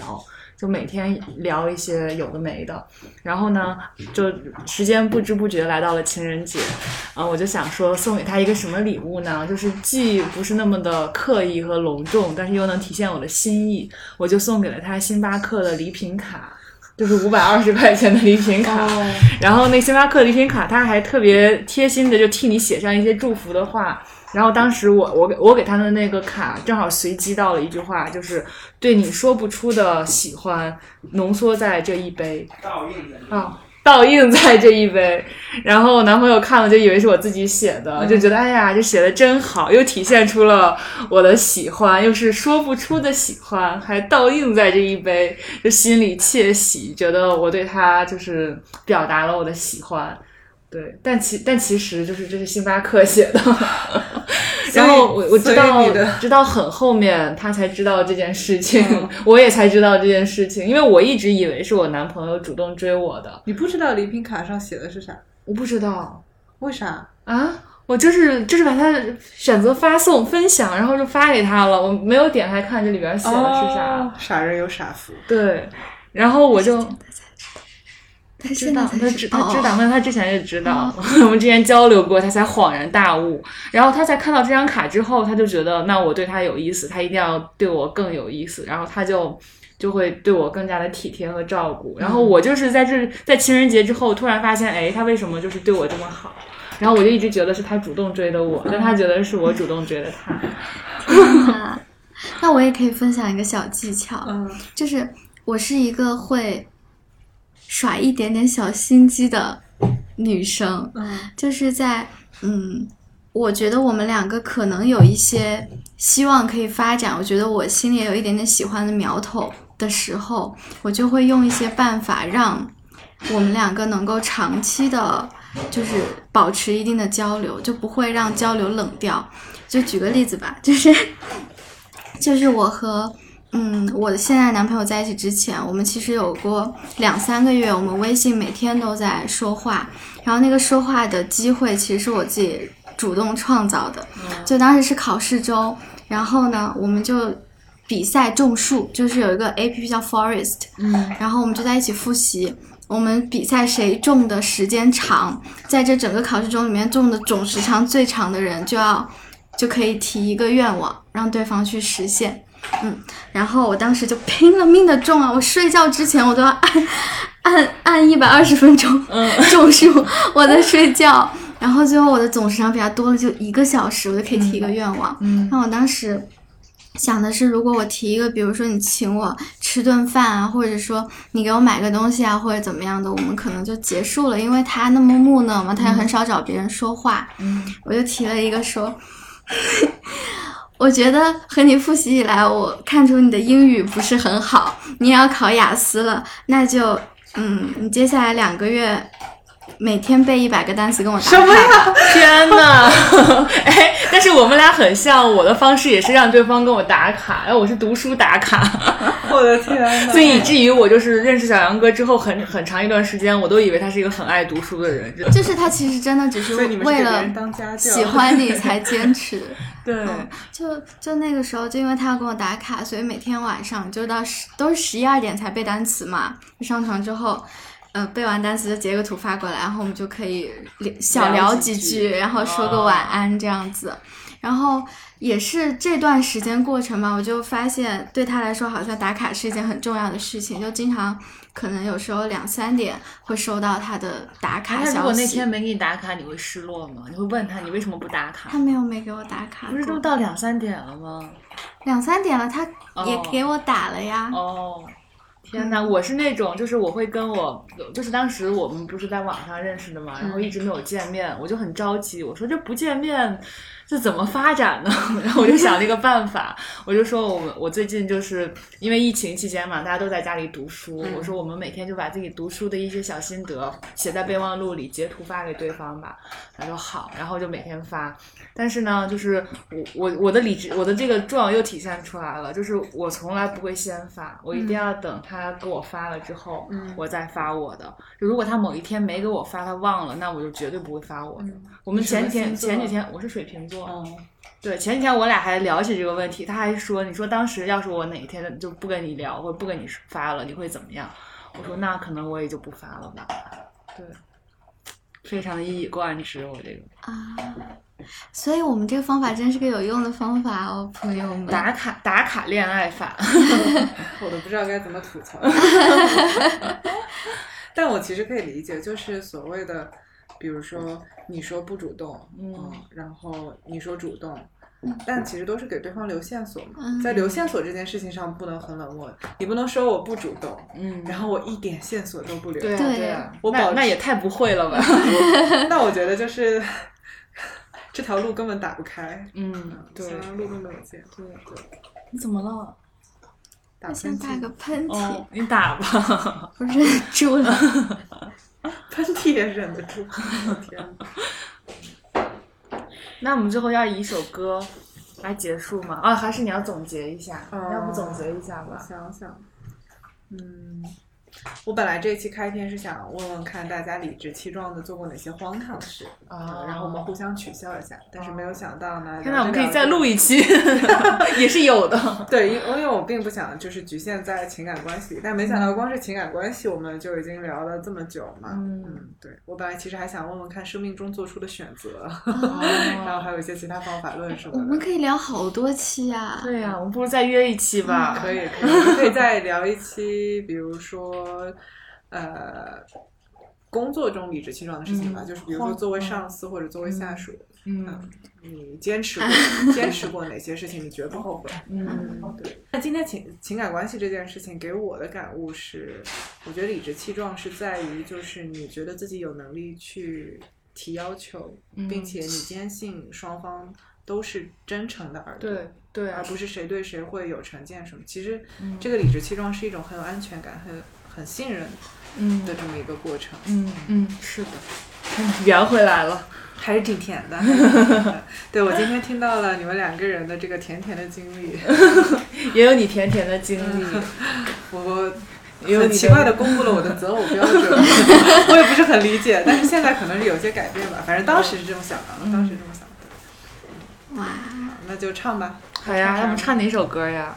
Speaker 2: 就每天聊一些有的没的。然后呢，就时间不知不觉来到了情人节，啊，我就想说送给他一个什么礼物呢？就是既不是那么的刻意和隆重，但是又能体现我的心意，我就送给了他星巴克的礼品卡，就是五百二十块钱的礼品卡。然后那星巴克礼品卡，他还特别贴心的就替你写上一些祝福的话。然后当时我我给我给他的那个卡正好随机到了一句话，就是对你说不出的喜欢浓缩在这一杯，啊， 倒映在这一杯。然后我男朋友看了就以为是我自己写
Speaker 1: 嗯
Speaker 2: 的，就觉得哎呀，这写的真好，又体现出了我的喜欢，又是说不出的喜欢，还倒映在这一杯，就心里窃喜，觉得我对他就是表达了我的喜欢。对，但其但其实就是这是星巴克写 的，然后我我
Speaker 1: 所
Speaker 2: 知
Speaker 1: 以
Speaker 2: 道
Speaker 1: 你的
Speaker 2: 直到很后面他才知道这件事情，
Speaker 1: 嗯
Speaker 2: 我也才知道这件事情，因为我一直以为是我男朋友主动追我的，
Speaker 1: 你不知道礼品卡上写的是啥？
Speaker 2: 我不知道
Speaker 1: 为啥？
Speaker 2: 啊，我就是就是把它选择发送分享，然后就发给他了，我没有点开看这里边写的是啥，
Speaker 1: 哦？傻人有傻福。
Speaker 2: 对，然后我就
Speaker 3: 他
Speaker 2: 知
Speaker 3: 现
Speaker 2: 道哦
Speaker 3: 在，
Speaker 2: 他
Speaker 3: 才
Speaker 2: 知
Speaker 3: 知
Speaker 2: 他
Speaker 3: 道，哦
Speaker 2: 知道，那他之前也知道， 我们之前交流过，他才恍然大悟。然后他在看到这张卡之后，他就觉得，那我对他有意思，他一定要对我更有意思，然后他就。就会对我更加的体贴和照顾，然后我就是在这在情人节之后突然发现，哎，他为什么就是对我这么好？然后我就一直觉得是他主动追的我，但他觉得是我主动追的 他。
Speaker 3: 啊 那我也可以分享一个小技巧，
Speaker 1: 嗯，
Speaker 3: 就是我是一个会耍一点点小心机的女生，就是在嗯，我觉得我们两个可能有一些希望可以发展，我觉得我心里也有一点点喜欢的苗头的时候，我就会用一些办法让我们两个能够长期的，就是保持一定的交流，就不会让交流冷掉。就举个例子吧，就是就是我和嗯，我的现在男朋友在一起之前，我们其实有过两三个月，我们微信每天都在说话，然后那个说话的机会其实是我自己主动创造的，就当时是考试周，然后呢，我们就比赛种树，就是有一个 A P P 叫 Forest，嗯，然后我们就在一起复习。我们比赛谁种的时间长，在这整个考试中里面种的总时长最长的人就要就可以提一个愿望，让对方去实现。嗯，然后我当时就拼了命的种啊，我睡觉之前我都要按按按一百二十分钟
Speaker 2: 嗯
Speaker 3: 种树，我在睡觉。然后最后我的总时长比他多了就一个小时，我就可以提一个愿望。
Speaker 2: 嗯
Speaker 3: 那我当时想的是，如果我提一个，比如说你请我吃顿饭啊，或者说你给我买个东西啊，或者怎么样的，我们可能就结束了，因为他那么木讷嘛，他也很少找别人说话。
Speaker 2: 嗯
Speaker 3: 我就提了一个说，我觉得和你复习以来，我看出你的英语不是很好，你也要考雅思了，那就嗯，你接下来两个月每天背一百个单词跟我打卡。
Speaker 1: 什么呀？
Speaker 2: 天哪！ 哎，但是我们俩很像，我的方式也是让对方跟我打卡，哎然后我是读书打卡，
Speaker 1: 我的天哪！
Speaker 2: 所以以至于我就是认识小杨哥之后很很长一段时间，我都以为他是一个很爱读书的人。
Speaker 3: 就是他其实真的只是
Speaker 1: 所以你们是
Speaker 3: 为
Speaker 1: 给别
Speaker 3: 了
Speaker 1: 人当家教，
Speaker 3: 喜欢你才坚持。
Speaker 2: 对
Speaker 3: 嗯，就就那个时候，就因为他要跟我打卡，所以每天晚上就到十都是十一二点才背单词嘛。上床之后，呃，背完单词就截个图发过来，然后我们就可以聊小
Speaker 2: 聊
Speaker 3: 聊
Speaker 2: 几
Speaker 3: 几
Speaker 2: 句哦
Speaker 3: 句，然后说个晚安这样子。然后也是这段时间过程吧，我就发现对他来说，好像打卡是一件很重要的事情，就经常可能有时候两三点会收到他的打
Speaker 2: 哎
Speaker 3: 卡
Speaker 2: 他
Speaker 3: 消息。
Speaker 2: 如果那天没给你打卡，你会失落吗？你会问他你为什么不打卡
Speaker 3: 他？没有没给我打卡过，
Speaker 2: 不是都到两三点了吗？
Speaker 3: 两三点了，他也
Speaker 2: 哦
Speaker 3: 给我打了呀。
Speaker 2: 哦，天哪！我是那种，就是我会跟我，就是当时我们不是在网上认识的嘛，然后一直没有见面，我就很着急，我说这不见面，这怎么发展呢？ 然后我就想了一个办法，我就说我们我最近就是因为疫情期间嘛，大家都在家里读书，我说我们每天就把自己读书的一些小心得写在备忘录里，截图发给对方吧。他说好，然后就每天发。但是呢，就是我我我的理智，我的这个状又体现出来了，就是我从来不会先发，我一定
Speaker 1: 嗯
Speaker 2: 要等他给我发了之后，我再发我的。就如果他某一天没给我发，他忘了，那我就绝对不会发我的。我们前几天
Speaker 1: 嗯你什么星座
Speaker 2: 前几天我是水瓶座，
Speaker 1: 哦
Speaker 2: 对，前几天我俩还聊起这个问题，他还说，你说当时要是我哪一天就不跟你聊，或者不跟你发了，你会怎么样？我说那可能我也就不发了吧。对，非常的一以贯之，我这个
Speaker 3: 啊，所以我们这个方法真是个有用的方法哦，朋友
Speaker 1: 嗯
Speaker 3: 们。
Speaker 2: 打卡打卡恋爱法。
Speaker 1: 我都不知道该怎么吐槽。但我其实可以理解，就是所谓的，比如说你说不主动，
Speaker 2: 嗯
Speaker 1: 然后你说主动。但其实都是给对方留线索嘛，
Speaker 3: 嗯
Speaker 1: 在留线索这件事情上不能很冷漠，你不能说我不主动，
Speaker 2: 嗯
Speaker 1: 然后我一点线索都不留。
Speaker 2: 对啊
Speaker 3: 对
Speaker 2: 对啊，
Speaker 1: 我
Speaker 2: 那
Speaker 1: 保
Speaker 2: 那
Speaker 1: 持
Speaker 2: 也太不会了吧？
Speaker 1: 那我觉得就是这条路根本打不开，
Speaker 2: 嗯， 对
Speaker 1: 这条路根本没有见。
Speaker 2: 对对，你怎么了？
Speaker 1: 打
Speaker 3: 我
Speaker 1: 喷
Speaker 3: 先打个
Speaker 1: 嚏，
Speaker 3: 喷嚏，
Speaker 2: 哦，你打吧。
Speaker 3: 我忍住了。
Speaker 1: 喷嚏也忍得住。 我天哪！
Speaker 2: 那我们最后要以一首歌来结束吗？啊，还是你要总结一下？
Speaker 1: 嗯
Speaker 2: 要不总结一下
Speaker 1: 我
Speaker 2: 吧？
Speaker 1: 想想，嗯，我本来这一期开篇是想问问看大家理直气壮的做过哪些荒唐的事，嗯
Speaker 2: 啊
Speaker 1: 然后我们互相取笑一下，但是没有想到呢，
Speaker 2: 天
Speaker 1: 哪，
Speaker 2: 哪，我们可以再录一 期，也是有的。
Speaker 1: 对，因因为我并不想就是局限在情感关系里，但没想到光是情感关系，我们就已经聊了这么久嘛。
Speaker 2: 嗯
Speaker 1: 对我本来其实还想问问看生命中做出的选 择，然后
Speaker 2: 哦
Speaker 1: 还有一些其他方法论什
Speaker 3: 啊我
Speaker 1: 么
Speaker 3: 们
Speaker 1: 的。
Speaker 3: 可以聊好多 期啊。
Speaker 2: 对呀，我们不如再约一期吧。
Speaker 1: 可以，可以，我们可以再聊一期，比如说，呃，工作中理直气壮的事情吧，
Speaker 2: 嗯
Speaker 1: 就是比如说
Speaker 2: 荒
Speaker 1: 作为上司或者作为下属，
Speaker 2: 嗯
Speaker 1: 你坚持 过坚持过哪些事情，你绝不后悔。
Speaker 2: 嗯
Speaker 1: 对，那今天情情感关系这件事情给我的感悟是，我觉得理直气壮是在于，就是你觉得自己有能力去提要求，
Speaker 2: 嗯
Speaker 1: 并且你坚信双方都是真诚的耳朵。
Speaker 2: 对对啊
Speaker 1: 而不是谁对谁会有成见什么。其实
Speaker 2: 嗯
Speaker 1: 这个理直气壮是一种很有安全感、很很信任
Speaker 2: 嗯
Speaker 1: 的这么一个过程，
Speaker 2: 嗯嗯，是的，嗯圆回来了。
Speaker 1: 还是挺甜的。还是挺甜的 对我今天听到了你们两个人的这个甜甜的经历，
Speaker 2: 也有你甜甜的经历，
Speaker 1: 我
Speaker 2: 也有
Speaker 1: 很
Speaker 2: 你
Speaker 1: 奇怪的公布了我的择偶标 准，我也不是很理解，但是现在可能是有些改变吧。反正当时是这么想
Speaker 4: 嗯
Speaker 1: 的，当时是这么想的。
Speaker 3: 哇，
Speaker 1: 好那就唱吧。
Speaker 2: 好呀，
Speaker 1: 唱
Speaker 2: 要不唱哪首歌呀？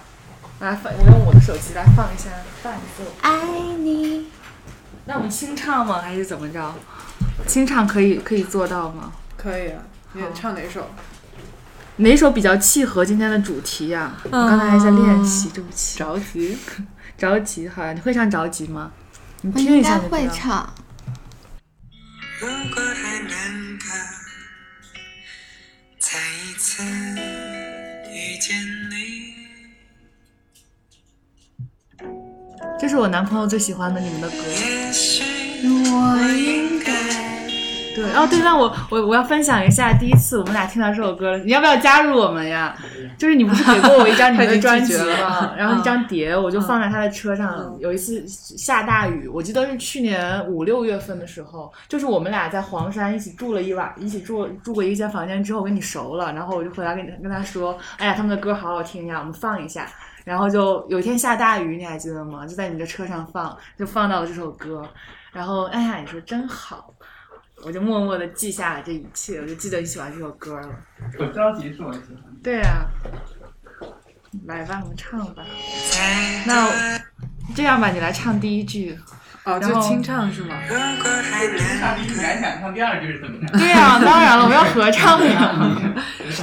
Speaker 2: 来放，我用我的手机来放一下伴奏。
Speaker 3: 爱你。
Speaker 2: 那我们清唱吗？还是怎么着？清唱可以可以做到吗？
Speaker 1: 可以啊，你
Speaker 2: 好
Speaker 1: 唱哪首？
Speaker 2: 哪首比较契合今天的主题呀、我刚才还在练习，对不起，
Speaker 1: 着急。
Speaker 2: 着急。好呀，你会唱着急吗？你
Speaker 3: 我
Speaker 2: 听
Speaker 3: 应
Speaker 2: 一下
Speaker 3: 该
Speaker 2: 就
Speaker 3: 会
Speaker 2: 知道。
Speaker 3: 唱，
Speaker 6: 如果还能够再一次遇见你，
Speaker 2: 这是我男朋友最喜欢的你们的歌。
Speaker 6: 也许
Speaker 3: 我
Speaker 6: 我应该
Speaker 2: 对，哦对，那我我我要分享一下第一次我们俩听到这首歌，你要不要加入我们呀？就是你不是给过我一张你们的专辑
Speaker 4: 他已经拒绝
Speaker 2: 吗
Speaker 4: 了？嗯
Speaker 2: 然后一张碟，我就放在他的车上。有一次下大雨，我记得是去年五六月份的时候，就是我们俩在黄山一起住了一晚，一起住住过一间房间之后，我跟你熟了，然后我就回来跟你跟他说，哎呀，他们的歌好好听呀，我们放一下。然后就有一天下大雨，你还记得吗？就在你的车上放，就放到了这首歌。然后哎呀，你说真好，我就默默的记下了这一切，我就记得你喜欢这首歌了。
Speaker 7: 我着急是我喜欢。
Speaker 2: 对啊，来吧，我们唱吧。那我这样吧，你来唱第一句。
Speaker 4: 哦，
Speaker 2: 然
Speaker 4: 就
Speaker 2: 后
Speaker 4: 清唱是吗？
Speaker 8: 如果还能
Speaker 7: 唱第一句敢想唱第二句是怎么样？
Speaker 2: 对啊，当然了，我们要合唱 呀。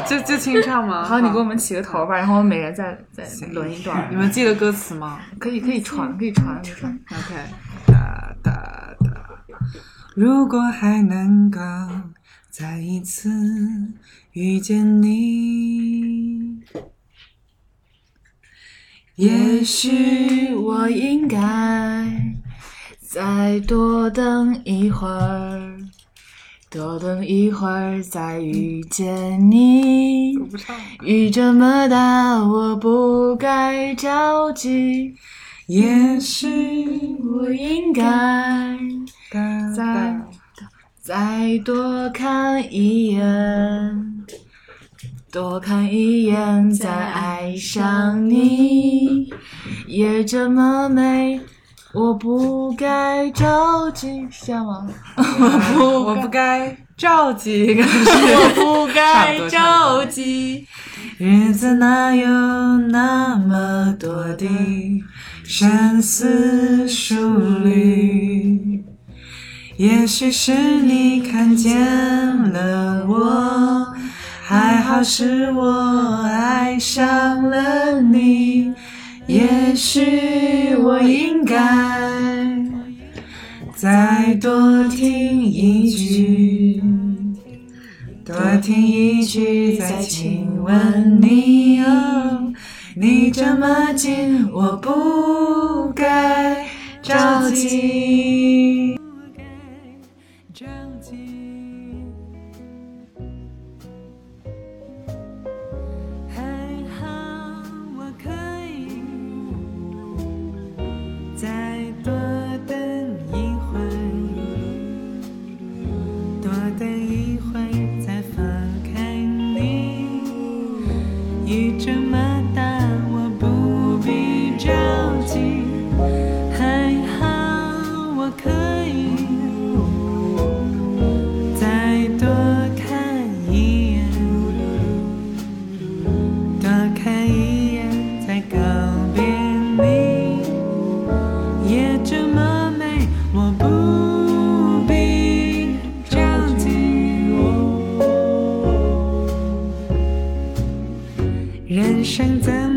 Speaker 4: 就就清唱吗？
Speaker 2: 好，你给我们起个头吧，然后我们每人再再轮一段
Speaker 4: 你。们记得歌词吗？
Speaker 2: 可以可以传，可以传，没事
Speaker 4: OK，哒哒哒。如果还能够再一次遇见你，
Speaker 1: 嗯
Speaker 2: 也许我应该再多等一会儿，多等一会儿再遇见你。雨这么大，我不该着急，
Speaker 4: 也许
Speaker 2: 我应该
Speaker 4: 哒
Speaker 1: 嗯
Speaker 2: 再
Speaker 4: 哒。
Speaker 2: 再多看一眼，多看一眼，再爱上你。夜这么美，我不该着急，是这样吗？
Speaker 4: 我不该着急，
Speaker 2: 我不
Speaker 4: 该
Speaker 2: 该着急。
Speaker 4: 日子哪有那么多的深思熟虑？也许是你看见了我，还好是我爱上了你。也许我应该再多听一句，多听一句，再亲吻你哦。你这么近，我不该着急。
Speaker 9: 还好我可以
Speaker 4: 再多等一会儿，多等一会儿再放开你。雨这么大，我不必着急。还好我可以再多看一眼，多看一眼再告别你。夜这么美，我不必着急。人生怎